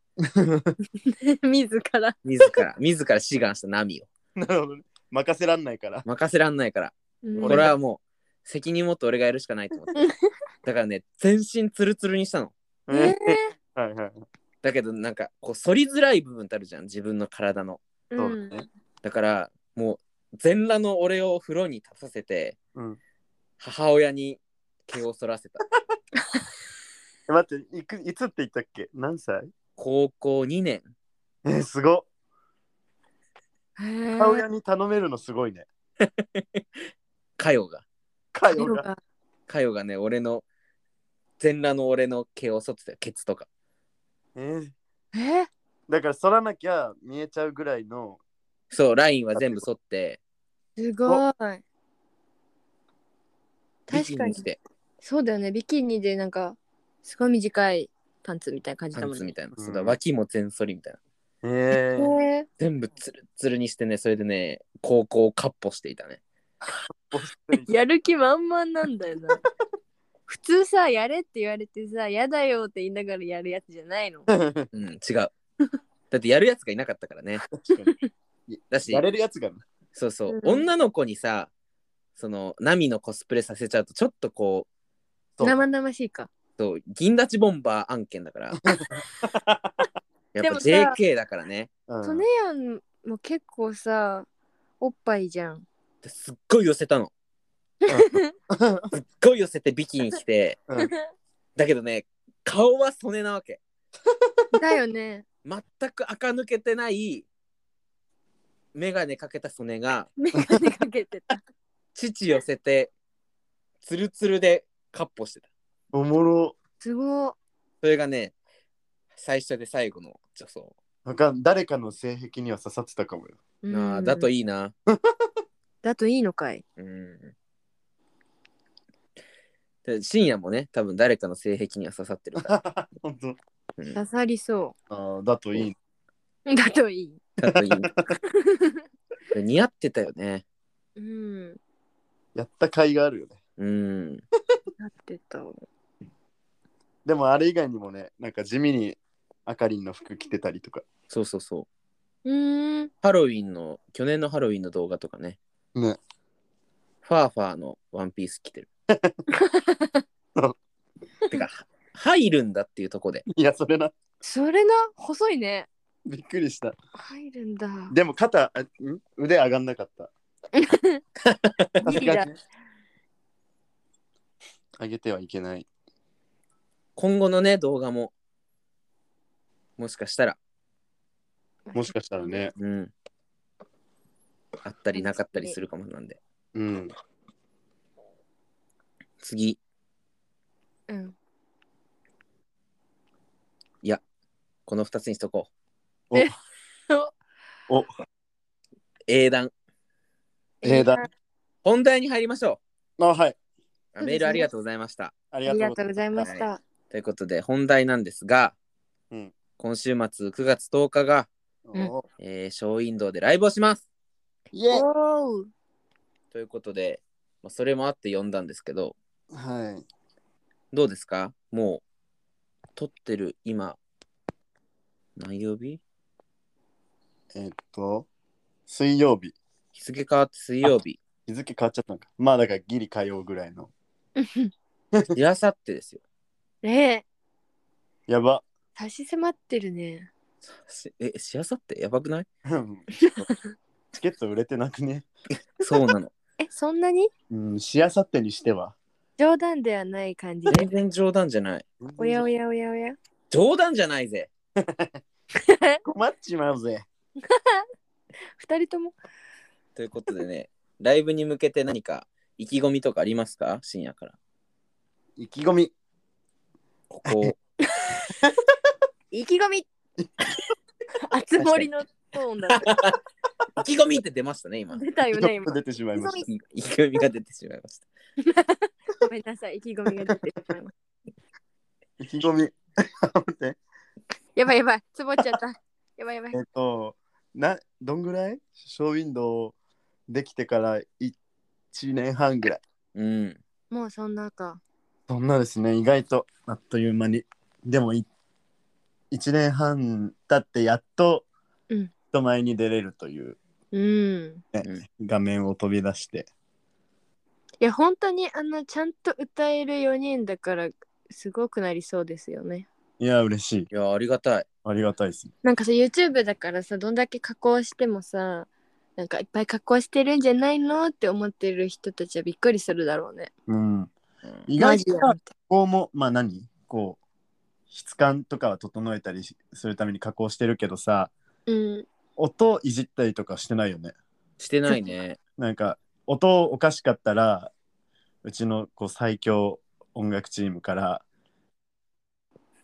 うん。自ら。自 [LAUGHS] ら、自ら志願した波を。なるほどね。任せらんないから。任せらんないから。うんこれはもう、責任持って俺がやるしかないと [LAUGHS] 思って。だからね、全身ツルツルにしたの。えーはいはい。だけどなんかこう反りづらい部分ってあるじゃん自分の体のうそうだんね。だからもう全裸の俺を風呂に立たせてうん。母親に毛を剃らせたえ待って、いくいつって言ったっけ何歳高校2年えー、すごっ。へー母親に頼めるのすごいね。かよがかよ色が。がかよがね俺の全裸の俺の毛を剃ってたよケツとかえー、えだから、剃らなきゃ見えちゃうぐらいの。そうラインは全部剃ってすごい。ビキ確ニかににし。てそうだよね。ビキニでなんか、すごい短いパンツみたいな感じパだンもんツねみ。たいな、うんそうだ脇も全剃りみたいなえー、へ全部ツルツルにしてねそれでね高校をかっ歩していたねーやる気満々なんだよな。普通さ、やれって言われてさ、やだよって言いながらやるやつじゃないの。うん違うだってやるやつがいなかったからね確かだしにやれるやつがな。そうそう、うん女の子にさそのナミのコスプレさせちゃうとちょっとこそう生々しいか。うそう銀立ちボンバー案件だからやっでぱもさ JK だからねうんトネヤンも結構さ、おっぱいじゃん。ですっごい寄せたのうんすっごい寄せてビキニ着てうんだけどね顔は曽根なわけだよね。 [LAUGHS] 全く垢抜けてない眼鏡かけた曽根がメガネかけてた。乳寄せてツルツルでカッポしてたおもろ。すごそれがね最初で最後の女装、わかん誰かの性癖には刺さってたかもよ。い。なうあんだといいなだといいのかい。うんで深夜もね多分誰かの性癖には刺さってるから、本当うん刺さりそあーだといい。う。 [LAUGHS] だといい。だといいで似合ってたよねうん。やった甲斐があるよね。うんなってた。でもあれ以外にもね、なんか地味にあかりんの服着てたりとか。そうそうそううん。 [LAUGHS] ハロウィンの去年のハロウィンの動画とかねね。ファーファーのワンピース着てるてかは入るんだっていうとこでいや、それな。それな、細いね。びっくりした。入るんだ。でも肩、あん腕上がんなかった。さすギリがだにね上げてはいけない。今後のね動画ももしかしたら、もしかしたらね。うん、あったりなかったりするかもなんでうん。次うん。この2つにしとこうお英断えーだ。本題に入りましょあ、はい。うあそうですねメールありがとうございましたありありががととううごござざいいま。ますした。はということで本題なんですが、うん今週末9月10日が、うんおえーショーウィンドウでライブをしますイエおーということで、まあ、それもあって呼んだんですけどイはい。どうですかもう撮ってる今何曜日えっと、水曜日。日付変わって水曜日日付変わっちゃったのか。まあだからギリ火曜ぐらいの。いらさってですよ [LAUGHS] ねえ、やば。 [LAUGHS] 差し迫ってるね。しえしあさってやばくない [LAUGHS] うんチケット売れてなくね。そうなのえ、そんなにうん、しあさってにしては。冗談ではない感 [LAUGHS] じで。全然冗談じゃないおやおやおやおや。冗談じゃないぜ困っちまうぜ。二人とも。ということでねライブに向けて何か意気込みとかありますか深夜から意気込み。ここ意気込 [LAUGHS] みあつ森のトーンだっ意気込みって出ましたねた。今出たよ [LAUGHS] ね、今。出てしまいまし意気意気込みが出てしまいましたごめんなさい、意気込みが出てしまいます。た。意気込み。待って [LAUGHS] [LAUGHS] やばいやばい、つぼっちゃった。やばいやばいえっと、な、どんぐらいショーウィンドウできてから1年半ぐらい。うん。もうそんなかそんなですね、意外とあっという間に。でもい、1年半経ってやっとうん人前に出れるといううん画面を飛び出して。いや本当にあのちゃんと歌える4人だからすごくなりそうですよねいや、嬉しい。いや、ありがたい。ありがたいですね。なんかさ YouTube だからさどんだけ加工してもさなんかいっぱい加工してるんじゃないのって思ってる人たちはびっくりするだろうね。ううん。ん意外とマジさやみたいこうも、まあ何こう、質感とかは整えたりしするために加工してるけどさ、なうん。音いじったりとかしてないよね。してないね。なんか音おかしかったらうちのこう最強音楽チームから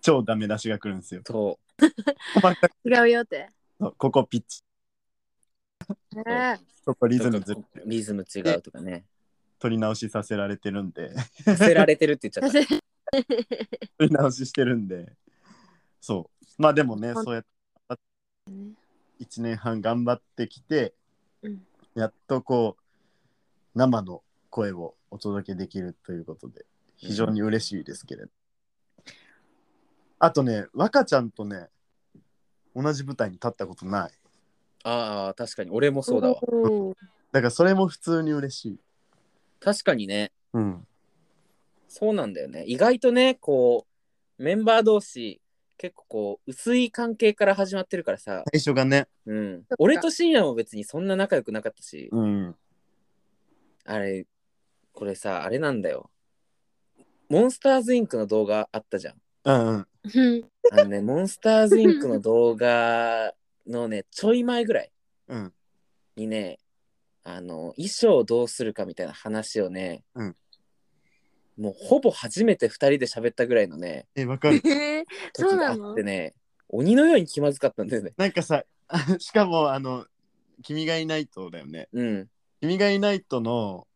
超ダメ出しが来るんですよ。そ [LAUGHS] 違うよって。ここピッチねうえここう。リズムずっとリズム違うとかね。取り直しさせられてるんでさせられてるって言っちゃった。取り直ししてるんでそうまあでもねほんそうやって1年半頑張ってきて、うんやっとこう生の声をお届けできるということで非常に嬉しいですけれど、あとね若ちゃんとね同じ舞台に立ったことないああ、確かに。俺もそうだわ。おーだからそれも普通に嬉しい、確かにね。うん、そうなんだよね。意外とね、こう、メンバー同士、結構こう、薄い関係から始まってるからさ。最初がね、うん。俺と深夜も別にそんな仲良くなかったし、うん、あれ、これさ、あれなんだよ。モンスターズインクの動画あったじゃん。うんうんうんあの [LAUGHS] ね、モンスターズインクの動画のね、ちょい前ぐらいうんにね、あの、衣装をどうするかみたいな話をね、うんもうほぼ初めて2人で喋ったぐらいのね、えわかるえーそ時うがあなっのてね、鬼のように気まずかったんだよね。なんかさ [LAUGHS] しかもあの「君がいないと」だよねうん、 「君がいないと」の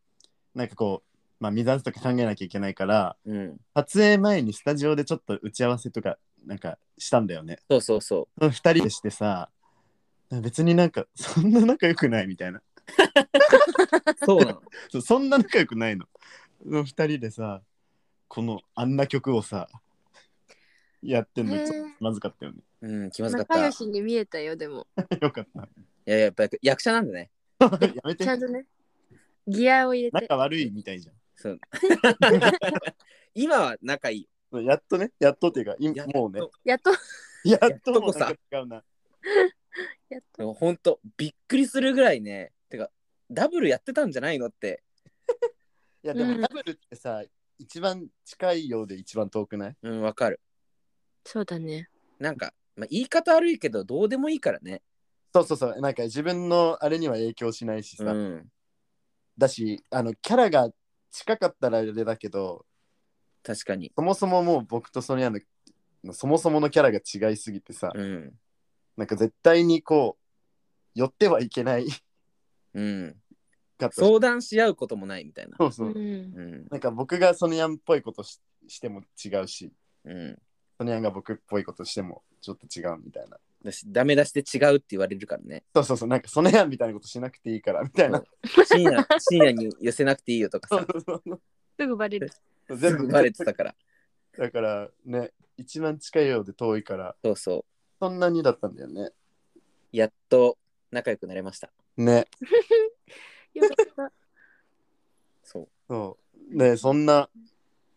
なんかこうまあ未脱とか考えなきゃいけないからうん。撮影前にスタジオでちょっと打ち合わせとかなんかしたんだよねそうそうそ2人でしてさ別になんかそんな仲良くないみたいなう。そうなの。そうそんな仲良くないの2人でさこのあんな曲をさやってんのへーちょっとまずかったよね [LAUGHS] [LAUGHS] うん、気まずかっ仲た。良いしに見えたよでもよかった [LAUGHS] や、やっぱ役者なんだね。やめてちゃんとねギアを入れて仲悪いみたいじゃん [LAUGHS] そう今は仲いい。そうやっとねやっとっていうか今やっともうねやっとやとっともうなんか違うなやっとでもほんと、びっくりするぐらいね、てか、ダブルやってたんじゃないのって。いやでうもんダブルってさ、一番近いようで一番遠くないうん、わかる。そうだねなんか、まあ、言い方悪いけど、どうでもいいからね。そうそうそうなんか自分のあれには影響しないしさ、うん。だしあのキャラが近かったらあれだけど確かに。そもそももう僕とソニアののそもそものキャラが違いすぎてさ、うん。なんか絶対にこう寄ってはいけないうん。かった相談し合うこともないみたいな。そうそうう、んうん。なんか僕がソニアンっぽいことししても違うしうん。ソニアンが僕っぽいことしてもちょっと違うみたいなだし、ダメ出しで違うって言われるからね。そうそうそうなんかソニアンみたいなことしなくていいからみたいな深夜、深夜に寄せなくていいよとかそうさ、そうそうすぐバレるそう全全部部バレてたから。だからね、一番近いようで遠いから、そうそう。そんなにだったんだよね。やっと仲良くなれました。ね。よかっそう。そう。ね、そんな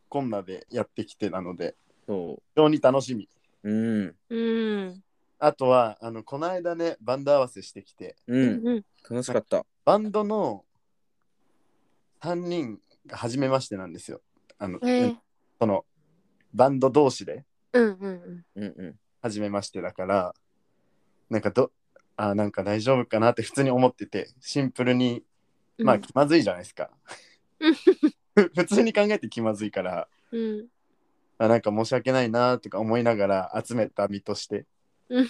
こんなでやってきてなので、そ非常に楽しみ。う。うん。たうんあとは、あの、この間ね、バンド合わせしてきて、う。うんん楽しかった。バンドの3人が初めましてなんですよ。あの、えーその、バンド同士でうんうんうんうん。初めましてだから、なんかど、あ、なんか大丈夫かなって普通に思ってて、シンプルにうんまあ気まずいじゃないですかう。ふ [LAUGHS] 普通に考えて気まずいからうんあなんか申し訳ないなとか思いながら集めた身としてうん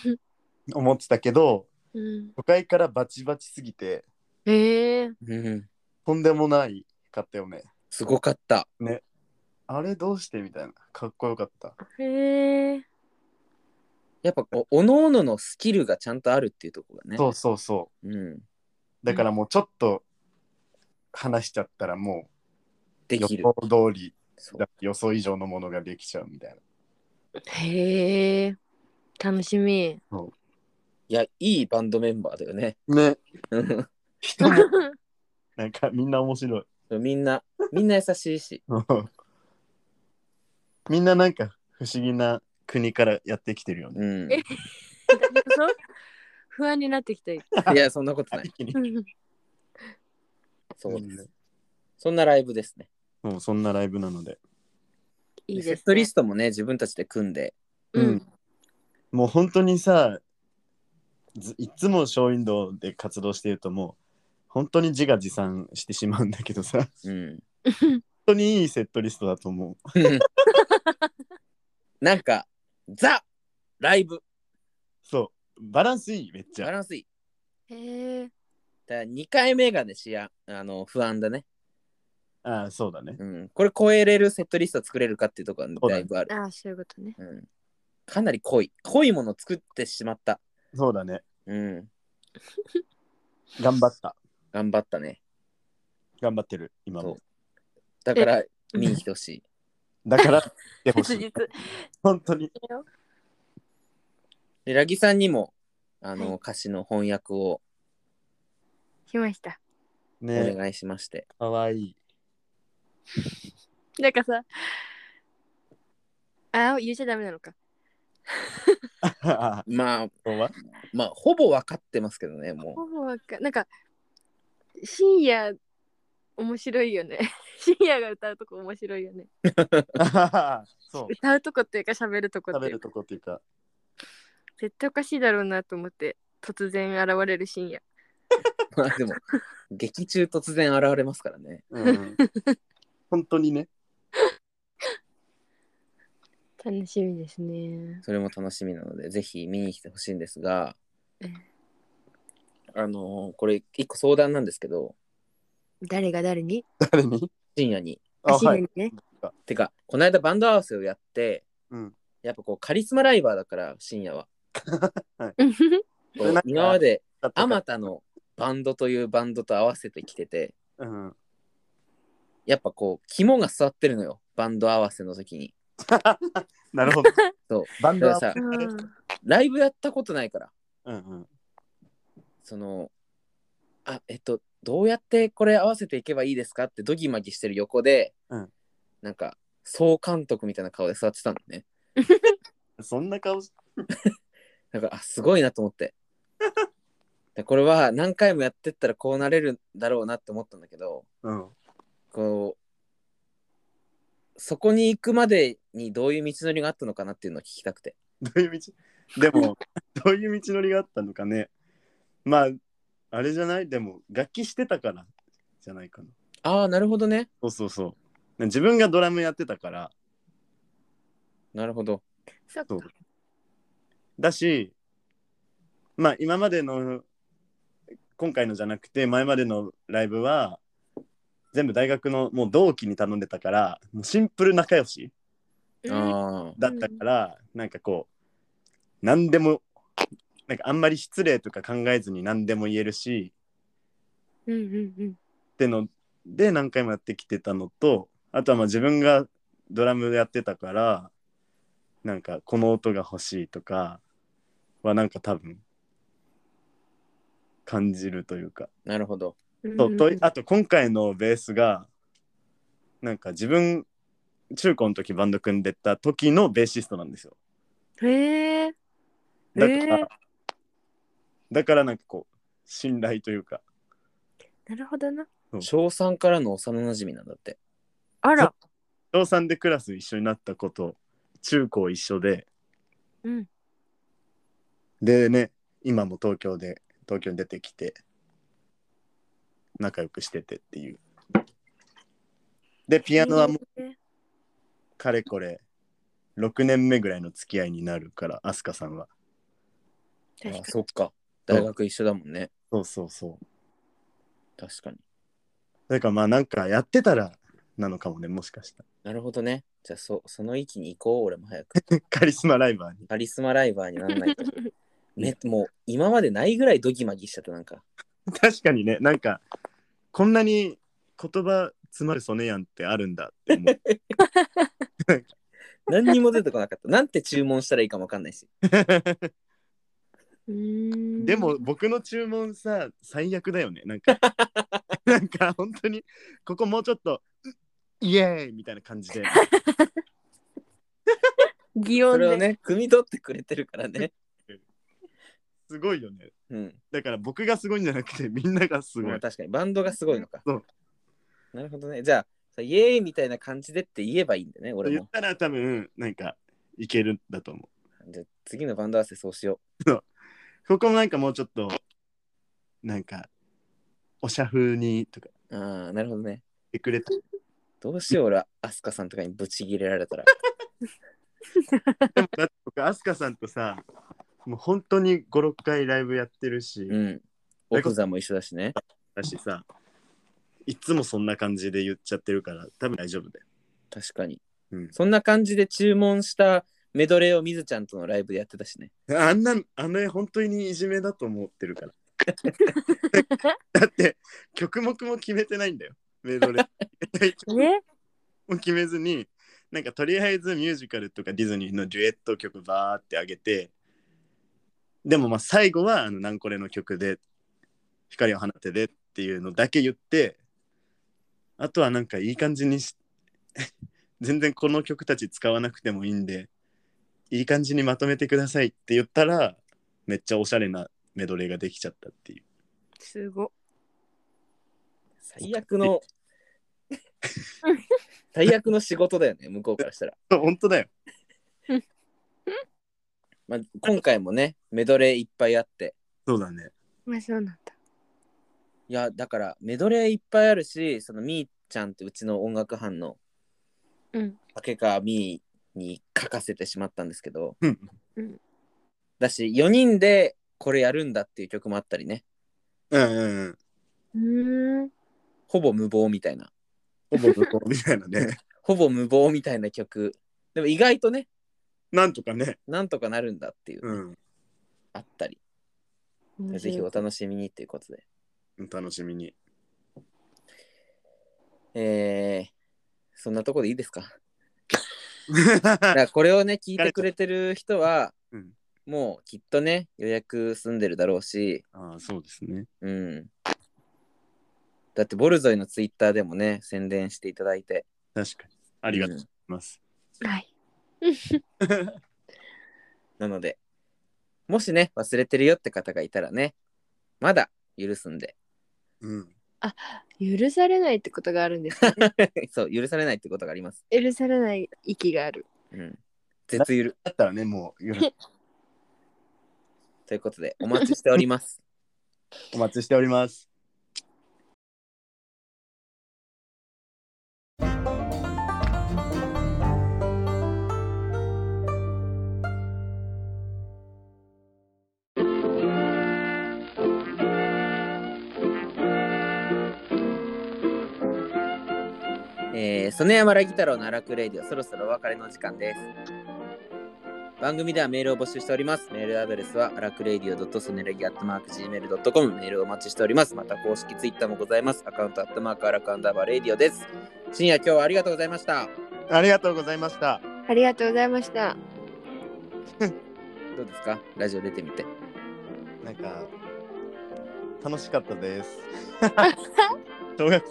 思ってたけどうん都会からバチバチすぎてええうん。とんでもないかったよねすごかった。あれどうしてみたいなかっこよかったへえやっぱこう、おのおののスキルがちゃんとあるっていうところがね。。そうそうそうん。う。だからもうちょっと話しちゃったらもうで予きる。想通り、そうだ予想以上のものができちゃうみたいな。へえ楽しみいや、いいバンドメンバーだよね。ね。うん人も [LAUGHS] なんかみんな面白い。 [LAUGHS] みんな、みんな優しいし。みんななんか不思議な国からやってきてるよね。うん。えそう [LAUGHS] 不安になってきたいや、そんなことない。一気に。そうです。そんなライブですね。もうそんなライブなので。いいです、セね、ットリストもね、自分たちで組んで。うん、もう本当にさ、ずいつもショーウィンドウで活動してるともう本当に自画自賛してしまうんだけ [LAUGHS] どさ、本うん。当にいいセットリストだと思う。なんか、ザライブそう、バランスいい、めっちバゃ。ランスいい。へえだから2回目がね、しや、あの、不安だね。ああ、そうだね。うん。これ超えれるセットリスト作れるかっていうところそうがだだねいぶある。ああそういうことねうん。かなり濃い。濃いもの作ってしまった。そうだね。うん。頑張った。頑張ったね。頑張ってる、今もそ。だから、見に来てほしい。だ [LAUGHS] から、来てほし切い。実本当に。で、ラギさんにも、あの、はい歌詞の翻訳を来ましたおね、願いしまして。かわい [LAUGHS] い。なんかさああ言っちゃダメなのかあまあ、あはまあ、ほぼ分かってますけどね、もう。 [LAUGHS] ほぼわかなんか深夜面白いよね [LAUGHS] 深夜が歌うとこ面白いよねあははそう。歌うとこっていうか喋るとこ食ってべいうるかとこっていう [LAUGHS] か。絶対おかしいだろうなと思って突然現れる深夜まあでも、劇中突然現れますからね。うん、本当にね。楽しみですねそれも楽しみなので、ぜひ見に来てほしいんですがええ、あのこれ、一個相談なんですけど、誰が誰に誰に深夜に。あ、深は夜いに。ね、てか、この間バンド合わせをやって、うん。やっぱこう、カリスマライバーだから、深夜は。こうなんか今まで、だってあまたのバンドというバンドと合わせてきてて、うん。やっぱこう、肝が座ってるのよ。バンド合わせの時に。なるほど。そう。バンドはだからさうんライブやったことないから。うんうん。そのあえっとどうやってこれ合わせていけばいいですかってドギマギしてる横で、うんなんか総監督みたいな顔で座ってたのねそんな顔しなんかあすごいなと思って [LAUGHS] でこれは何回もやってったらこうなれるんだろうなって思ったんだけどうん。こうそこに行くまでにどういう道のりがあったのかなっていうのを聞きたくてどういう道でも、 [LAUGHS] どういう道のりがあったのかね。まあ、あれじゃないでも、楽器してたからじゃないかな。ああなるほどねそうそうそう。自分がドラムやってたから、なるほどそっそうかだし、まあ今までの、今回のじゃなくて、前までのライブは、全部大学のもう同期に頼んでたから、もうシンプル仲良しうんああだったから、なんかこう、何でも、なんかあんまり失礼とか考えずに何でも言えるし、うんうんってので何回もやってきてたのとあとはまあ自分がドラムやってたからなんかこの音が欲しいとかはなんか多分感じるというか、なるほどうんととうんあと今回のベースがなんか自分中高の時バンド組んでた時のベーシストなんですよへえだから、へえだからなんかこう信頼というかなるほどな小3からの幼なじみなんだってあら小3でクラス一緒になったこと中高一緒でうんでね今も東京で東京に出てきて仲良くしててっていうでピアノはもうへえかれこれ6年目ぐらいの付き合いになるから飛鳥さんはあ確かーそっか大学一緒だもんねそうそうそう確かにだからまあなんかやってたらなのかもね、もしかしたなるほどね。じゃあそ、その域に行こう、俺も早 [LAUGHS] く。ら。 [LAUGHS] カリスマライバーに。 [LAUGHS] カリスマライバーにならないと。ね、もう今までないぐらいドギマギしちゃった、なんか。確かにね、なんか、こんなに言葉詰まるソネやんってあるんだって思う。何にも出てこなかった。 [LAUGHS] なんて注文したらいいかもわかんないし。ででも僕の注文さ最悪だよねなん [LAUGHS] かなんか本当にここもうちょっとイエーイみたいな感じで擬そ音れをで、ね、汲み取ってくれてるからね。すごいよねうん。だから僕がすごいんじゃなくてみんながすごまいあ、確かに、バンドがすごいのかそう。なるほどね。じゃあ、さイエーイみたいな感じでって言えばいいんだね、俺言っも。たら多分なんかいけるんだと思じゃあ次のバンド合わせそうしようここもなんかもうちょっとなんかおしゃ風にとか言う。ああ、なるほどね。ってくれたどうしよう、俺は、アスカさんとかにぶち切れられ [LAUGHS] たら。でもだって僕飛鳥さんとさもう本当に56回ライブやってるし、うん。奥さんも一緒だしね。だしさいつもそんな感じで言っちゃってるから多分大丈夫だよ確かに、うんそんな感じで注文したメドレーをみずちゃんとのライブでやってたしねあんな、あの絵本当にいじめだと思ってるから。だって、曲目も決めてないんだよ。メドレー。曲ね、も決めずに、なんかとりあえずミュージカルとかディズニーのデュエット曲バーって上げて、でもまあ最後はあの、ナンコレの曲で、光を放てでっていうのだけ言って、あとはなんかいい感じにし、 [LAUGHS] 全然この曲たち使わなくてもいいんで、いい感じにまとめてくださいって言ったら、めっちゃおしゃれなメドレーができちゃったっていう。すご最悪の最悪の仕事だよね向こうからしたら、本当だよ。まあ、今回もねメドレーいっぱいあってそうだね。まあそうなんだいやだからメドレーいっぱいあるしそのみーちゃんってうちの音楽班のうん竹川みーに書かせてしまったんですけど、うんうんだし4人でこれやるんだっていう曲もあったりねうんうんううーん。んほぼ無謀みたいなほぼ無効みたいな [LAUGHS] ね。ほぼ無謀みたいな曲でも意外とねなんとかね。なんとかなるんだっていう、うん。あったり面ぜひ白おい楽しみにということで楽しみ [LAUGHS] に。えー、そんなとこでいいですかだからこれをね聞いてくれてる人は、うんもうきっとね予約済んでるだろうしああ、そうですね。うんだってボルゾイのツイッターでもね宣伝していただいて確かに。あありがとうございます。はいなのでもしね忘れてるよって方がいたらねまだ許すんで [LAUGHS] うん。許されないってことがあるんですねそう許されないってことがあります、許されない域があるうん、絶許だったらね、もうよろということでお待ちしておりますお待ちしております。えー、曽根山らぎ太郎の荒くレイディオそろそろお別れの時間です番組ではメールを募集しておりますメールアドレスは荒くレイディオソネラギアットマーク Gmail.com メールをお待ちしておりますまた公式ツイッターもございますアカウントアットマーク荒くアンダーバーレイディオです深夜今日はありがとうございましたありがとうございました。ありがとうございましたどうですかラジオ出てみてなんか、楽しかった [LAUGHS] です。小学生。小学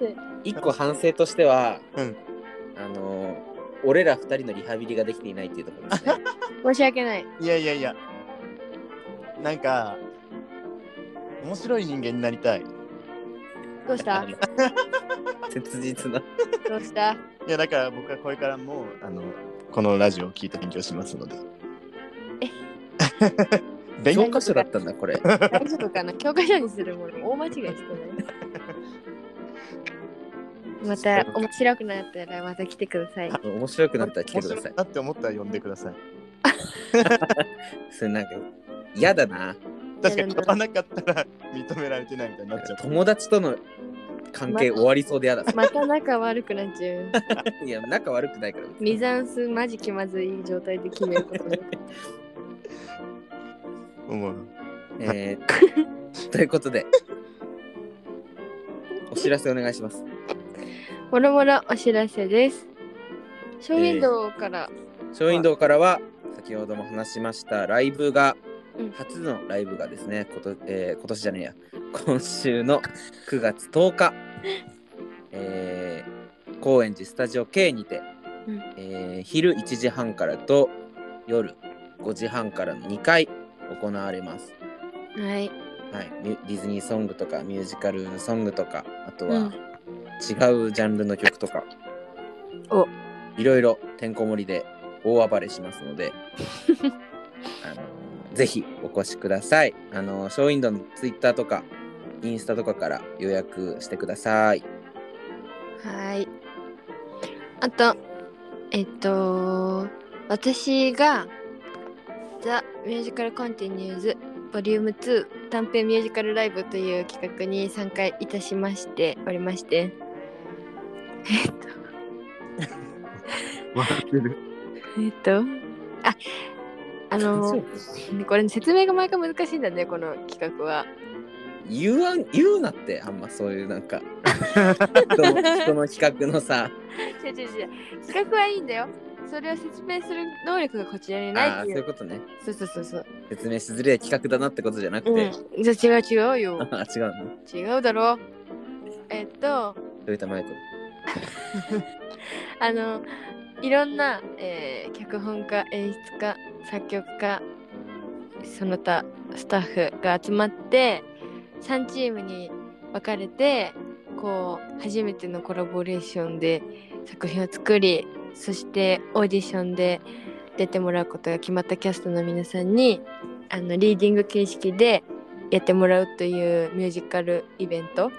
生一個反省としては、うんあのー俺ら二人のリハビリができていないっていうところですね申し訳ないいやいやいや。なんか、面白い人間になりたい。いど [LAUGHS] うした切実などうしたや、だから僕はこれからも、あの、このラジオを聞いて勉強しますので。 [LAUGHS] 勉教強科書だったんだこれ大丈夫かな教科書にするもの大間違いしてない。また面白くなったらまた来てください。面白くなったら来てくださいだって思ったら呼んでください。それなんか嫌だな [LAUGHS] 確かに呼ばなかったら認められてないみたいになっちゃう。友達との関係終わりそうでやだ。また仲悪くなっちゃう。 [LAUGHS] いや、仲悪くないから。別にミザンスマジ気まずい状態で決めることに。思う。え [LAUGHS] ーということで、お知らせお願いします。もろもろお知らせです。ショーウィンドウから、ショーウィンドウからは先ほども話しましたライブが、うん初のライブがですねこと、えー今年じゃねえや今週の9月10日、えー高円寺スタジオ K にて、うんえー昼1時半からと夜5時半からの2回行われます、はい。はい、ミュディズニーソングとかミュージカルソングとかあとうは違んうジャンルの曲とか、おいろいろてんこ盛りで大暴れします [LAUGHS] のであのぜひお越しくださいあのショーウィンドウのツイッターとかインスタとかから予約してくださいはい。あと、えっと、私が、ザ・ミュージカル・コンティニューズ・ボリューム2短編ミュージカルライブという企画に参加いたしましておりまして、えっと、笑ってる。えっと、あ、あの、これ説明が毎回難しいんだね、この企画は。言わん言うなってあんまそういうなん [LAUGHS] か人の人の企画のさ違う違う違う企画はいいんだよ。それを説明する能力がこちらにあなあいそういっていうう。ことねそうそうそうそう。説明しづれい企画だなってことじゃなくて、うん。じゃあ違う違う [LAUGHS] よ。あ違うのど違うだろえっとういったマイクあのいろんな、えー脚本家演出家作曲家その他スタッフが集まって3チームに分かれてこう初めてのコラボレーションで作品を作りそしてオーディションで出てもらうことが決まったキャストの皆さんにあのリーディング形式でやってもらうというミュージカルイベント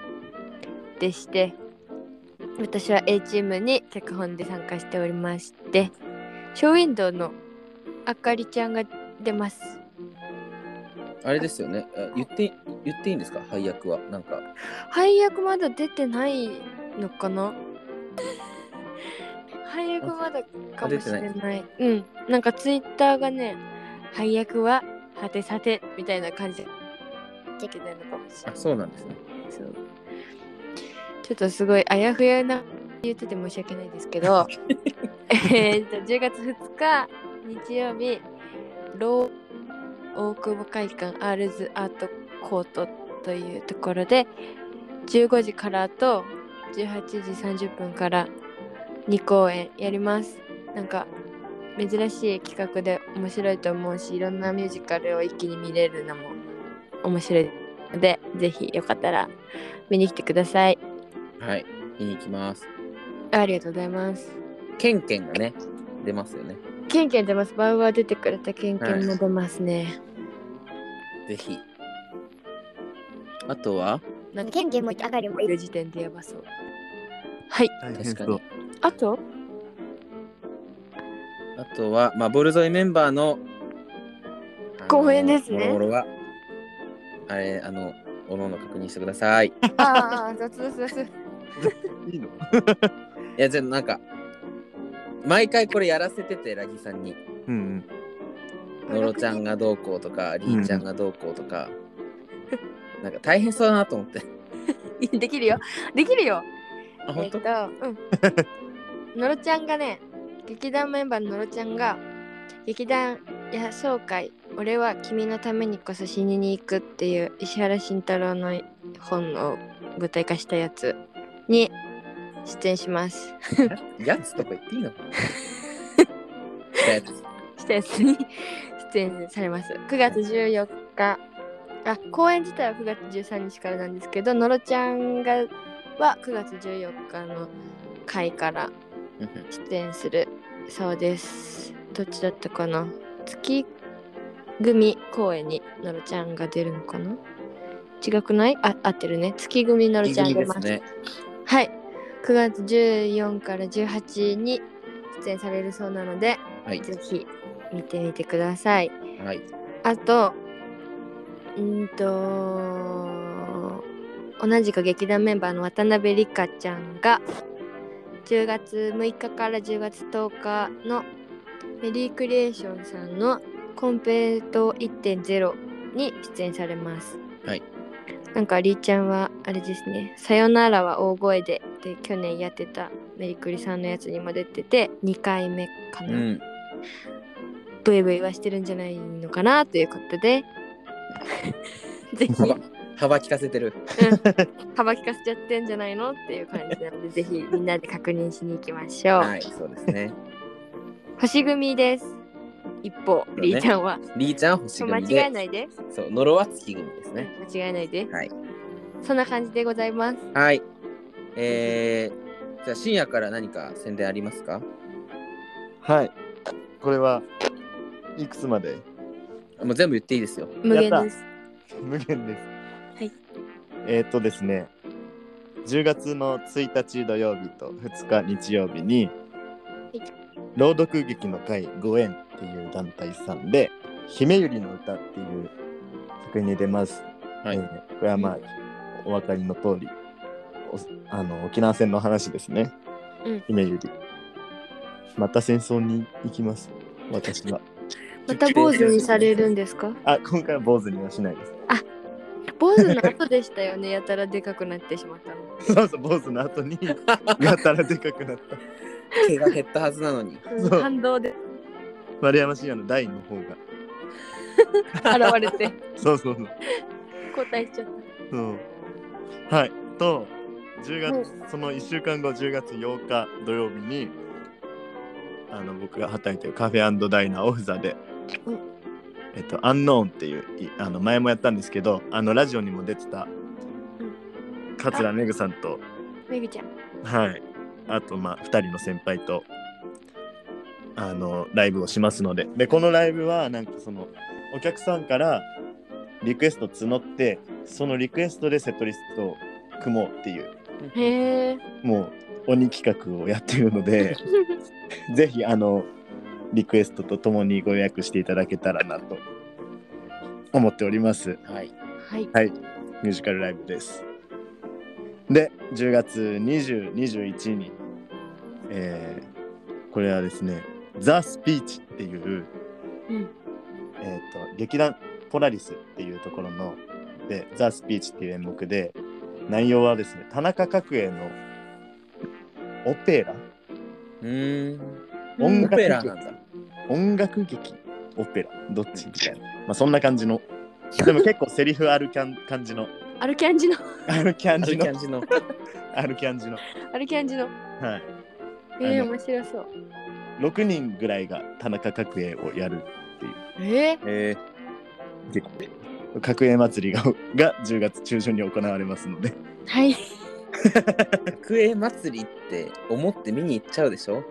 でして私は A チームに脚本で参加しておりましてショーウィンドウのあかりちゃんが出ますあれですよねあ言って言っていいんですか配役はなんか配役まだ出てないのか [LAUGHS] な配役まだかもしれないあ出うんなんかツイッターがね配役ははてさてみたいな感じで出てないのかもしれあないそうなんですねそうちょっとすごいあやふやな言ってて申し訳ないですけどえーと10月2日日曜日ロー大久保会館アールズアートコートというところで15時からと18時30分から2公演やりますなんか珍しい企画で面白いと思うしいろんなミュージカルを一気に見れるのも面白いのでぜひよかったら見に来てくださいはい見に行きますありがとうございますケンケンがね出ますよねケンケン出ますバウバウ出てくれたケンケンも出ますね、ぜひあとはなんかケンケンもあかりもいる時点でやばそうはい大変確かそにう。あとあとはまあボルゾイメンバーのあの公演ですねもろもろはあれあのおのおの確認してくださいああ雑雑 [LAUGHS] 雑いいのいやじゃあなんか毎回これやらせててラギさんにうんのろちゃんがどうこうとかりーちゃんがどうこうとか、なんか大変そうだなと思って [LAUGHS] できるよできるよあ本当、えっと、 [LAUGHS] うん。のろちゃんがね、劇団メンバーののろちゃんが、劇団野草会、俺は君のためにこそ死にに行くっていう石原慎太郎の本を舞台化したやつに出演します。やつとか言っていい [LAUGHS] のかなやつしたやつに出演されます。9月14日。あ、公演自体は9月13日からなんですけど、のろちゃんがは9月14日の回からうんうん出演するそうですどっちだったかな月組公演にのろちゃんが出るのかな違くないあ合ってるね月組のろちゃんが出ますね。はい9月14から18に出演されるそうなのではい。ぜひ見てみてくださいはい。あと、んーと、同じく劇団メンバーの渡辺理香ちゃんが10月6日から10月10日のメリークリエーションさんのコンペイト1.0に出演されます。はい。なんかりーちゃんはあれですね「さよならは大声で」で去年やってたメリクリさんのやつにも出てて2回目かうな。ん。ブイブイはしてるんじゃないのかなというこ [LAUGHS] とでぜひ幅幅利かせてる。幅利かせちゃってんじゃないのっていう感じなのでぜひみんなで確認しに行きましょう、はい、そうですね。星組です一方ねりーちゃんは、りーちゃん星間組で。違えないで、そう、ノロは月組ですね。間違えないではい。そんな感じでございますはい。えー、じゃあ深夜から何か宣伝ありますかはい。これはいくつまでもう全部言っていい [LAUGHS] ですよ。無限やったです無限です。はい。えーっとですね、10月の1日土曜日と2日日曜日に、い朗読劇の会ご縁っていう団体さんで、姫ゆりの歌っていう作品に出ます。はいえーこれはまあ、お分かりの通り、おあの沖縄戦の話ですね。うん姫ゆり。また戦争に行きます。私は。また坊主にされるんですかあ、今回は坊主にはしないです。坊主の後でしたよねやたらでかくなってしまったのそうそう、坊主の後に、やたらでかくなった。毛が減ったはずなのに。そう反動で丸山深也の第二の方が。現れてそうそうそう。交代しちゃったそうはい。と、10月、その1週間後、10月8日土曜日に、あの、僕が働いてるカフェダイナーオフザで、うんえっと、アンノーンっていう、いあの、前もやったんですけど、あの、ラジオにも出てた、桂めぐさんと、めぐちゃんはい。あと、まあ、2人の先輩と、あの、ライブをしますので。で、このライブは、なんかその、お客さんからリクエスト募って、そのリクエストでセットリストを組もうっていう、へえもう、鬼企画をやってるので、ぜひ、あの、リクエストとともにご予約していただけたらなと思っております。はい。はいはい、ミュージカルライブです。で、10月20、21に、えーこれはですね、ザ・スピーチっていう、うんえー、と劇団ポラリスっていうところので、ザ・スピーチっていう演目で、内容はですね、田中角栄のオペラうーん。音オ楽ペラなんだ。音楽劇オペラどっちみたいな、まあ、そんな感じの、でも結構セリフあるキャン感じ [LAUGHS] の、 [LAUGHS] アルキャンジのある感あじるの感、じの。ある感じの、アルキャンジのはい。えー、あの面白そう6人ぐらいが田中角栄をやるえー、え [LAUGHS] 角栄祭りがが10月 [LAUGHS] 中旬に行われますのではいー、角栄祭りって思って見に行っちゃうでし [LAUGHS] ょ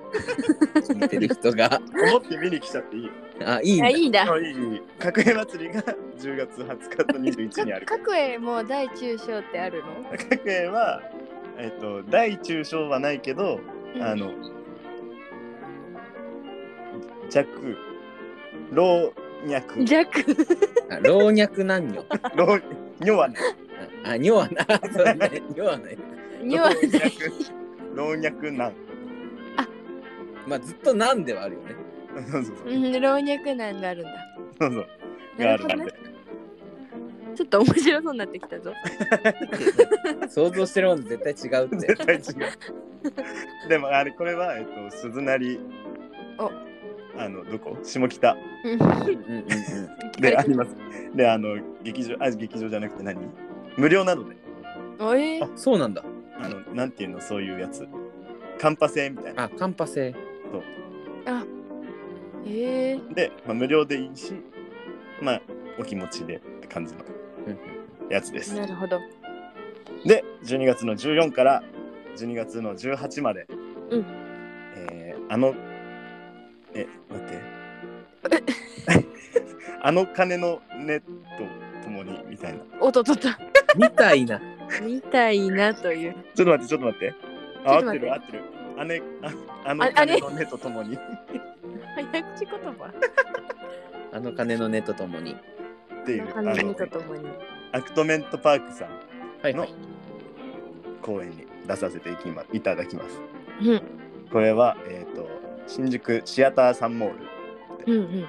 見てる人が。思って見に来ちゃっていいあ、いいんあだいいんだ。いい角栄祭りが10月20日と21日に [LAUGHS] ある各栄も大中小ってあるの角栄はえっ、と大中小はないけどあの弱老若弱あ老若男女。老女はあ、あ女はな。そうね。女はない。 [LAUGHS] には老若老若 [LAUGHS] 男まあ、ずっとなんではあるよね。そうそうそううん老若男があるんだそうそうがなあるるほどのねでちょっと面白そうになってきたぞ想像してるものと絶対違うって。絶対違う。でもあれこれは、えっと、鈴なりおあのどこ下北うんうんうんうん。であります。であの劇場あ劇場じゃなくて何無料なのでおえーあ、そうなんだ。あのなんていうのそういうやつカンパ制みたいな。あ、カンパ制。えーで、まあ、無料でいいしまあお気持ちでって感じのうんやつです。なるほどで12月の14から12月の18まで、うんえーあのえ待って [LAUGHS] あの鐘の音とともにみたいなちおっとっとっとみたいな。みたいなというょっと待ってちょっと待ってあちょっと合っ待てってる合ってるあねあああの鐘の音とともに早口言葉あの鐘の音とともに。っていうああののとともにアクトメントパークさんはいのはい。公演に出させていきまいただきます。うんこれは、えっと新宿シアターサンモールうんうん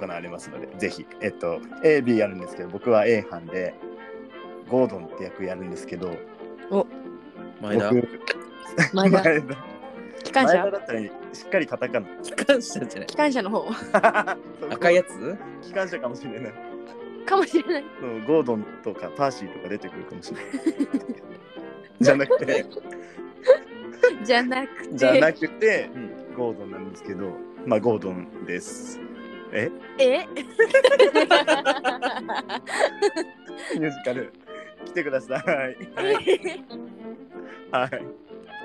行われますので、ぜひ、えっと、A、B やるんですけど、僕は A 班で、ゴードンって役やるんですけど、前田。僕、前田前田機前関田車だったら、しっかりカタ [LAUGHS] カナ。機関車じゃない機。関車の方そう赤いやつ機関車かもしれない。かもしれないそうゴードンとかパーシーとか出てくるかもしれない。じゃなくて、じゃなくてじゃなくてう、ん。ゴードンなんですけど、まあ、ゴードンです。え [LAUGHS] えミュージカル、来てください。はい。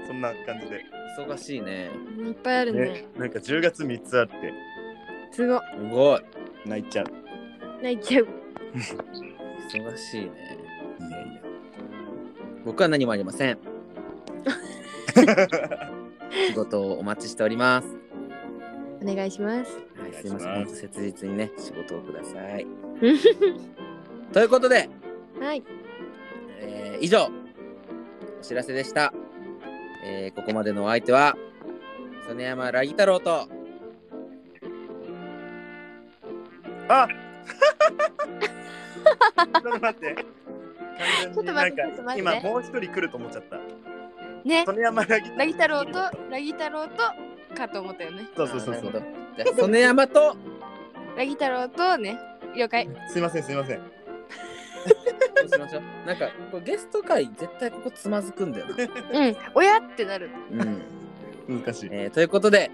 そんな感じで。忙しいね。いっぱいあるねね、なんか10月3つあって、すごいすごい。泣いちゃう。泣いちゃう忙しいね。いやいや。僕は何もありま [LAUGHS] せん。仕事をお待ちしております。お願いしますはおい、願いすいしまますせん。本 [LAUGHS] 当切実にね、仕事をください。ということで、はいえー以上、お知らせでした。えーここまでのお相手は、曽根山ラギ太郎と、あちょっと待って。ちょっと待ってちょっと完全に待ってなんか今もう一人来ると思っちゃった。ね曽根山ラギラギ太郎とラギ太郎とかと思ったよねそうそうそうあーそなるほどう。じゃあ、曽根山と、ラギ太郎とね了解すいませんすいません。どうしましょう。なんか、これゲスト会、絶対ここつまずくんだよな。うん親ってなるうん。難しい。えーということで、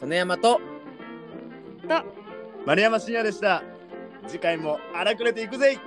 曽根山と、丸山深也でした。次回も荒くれていくぜい。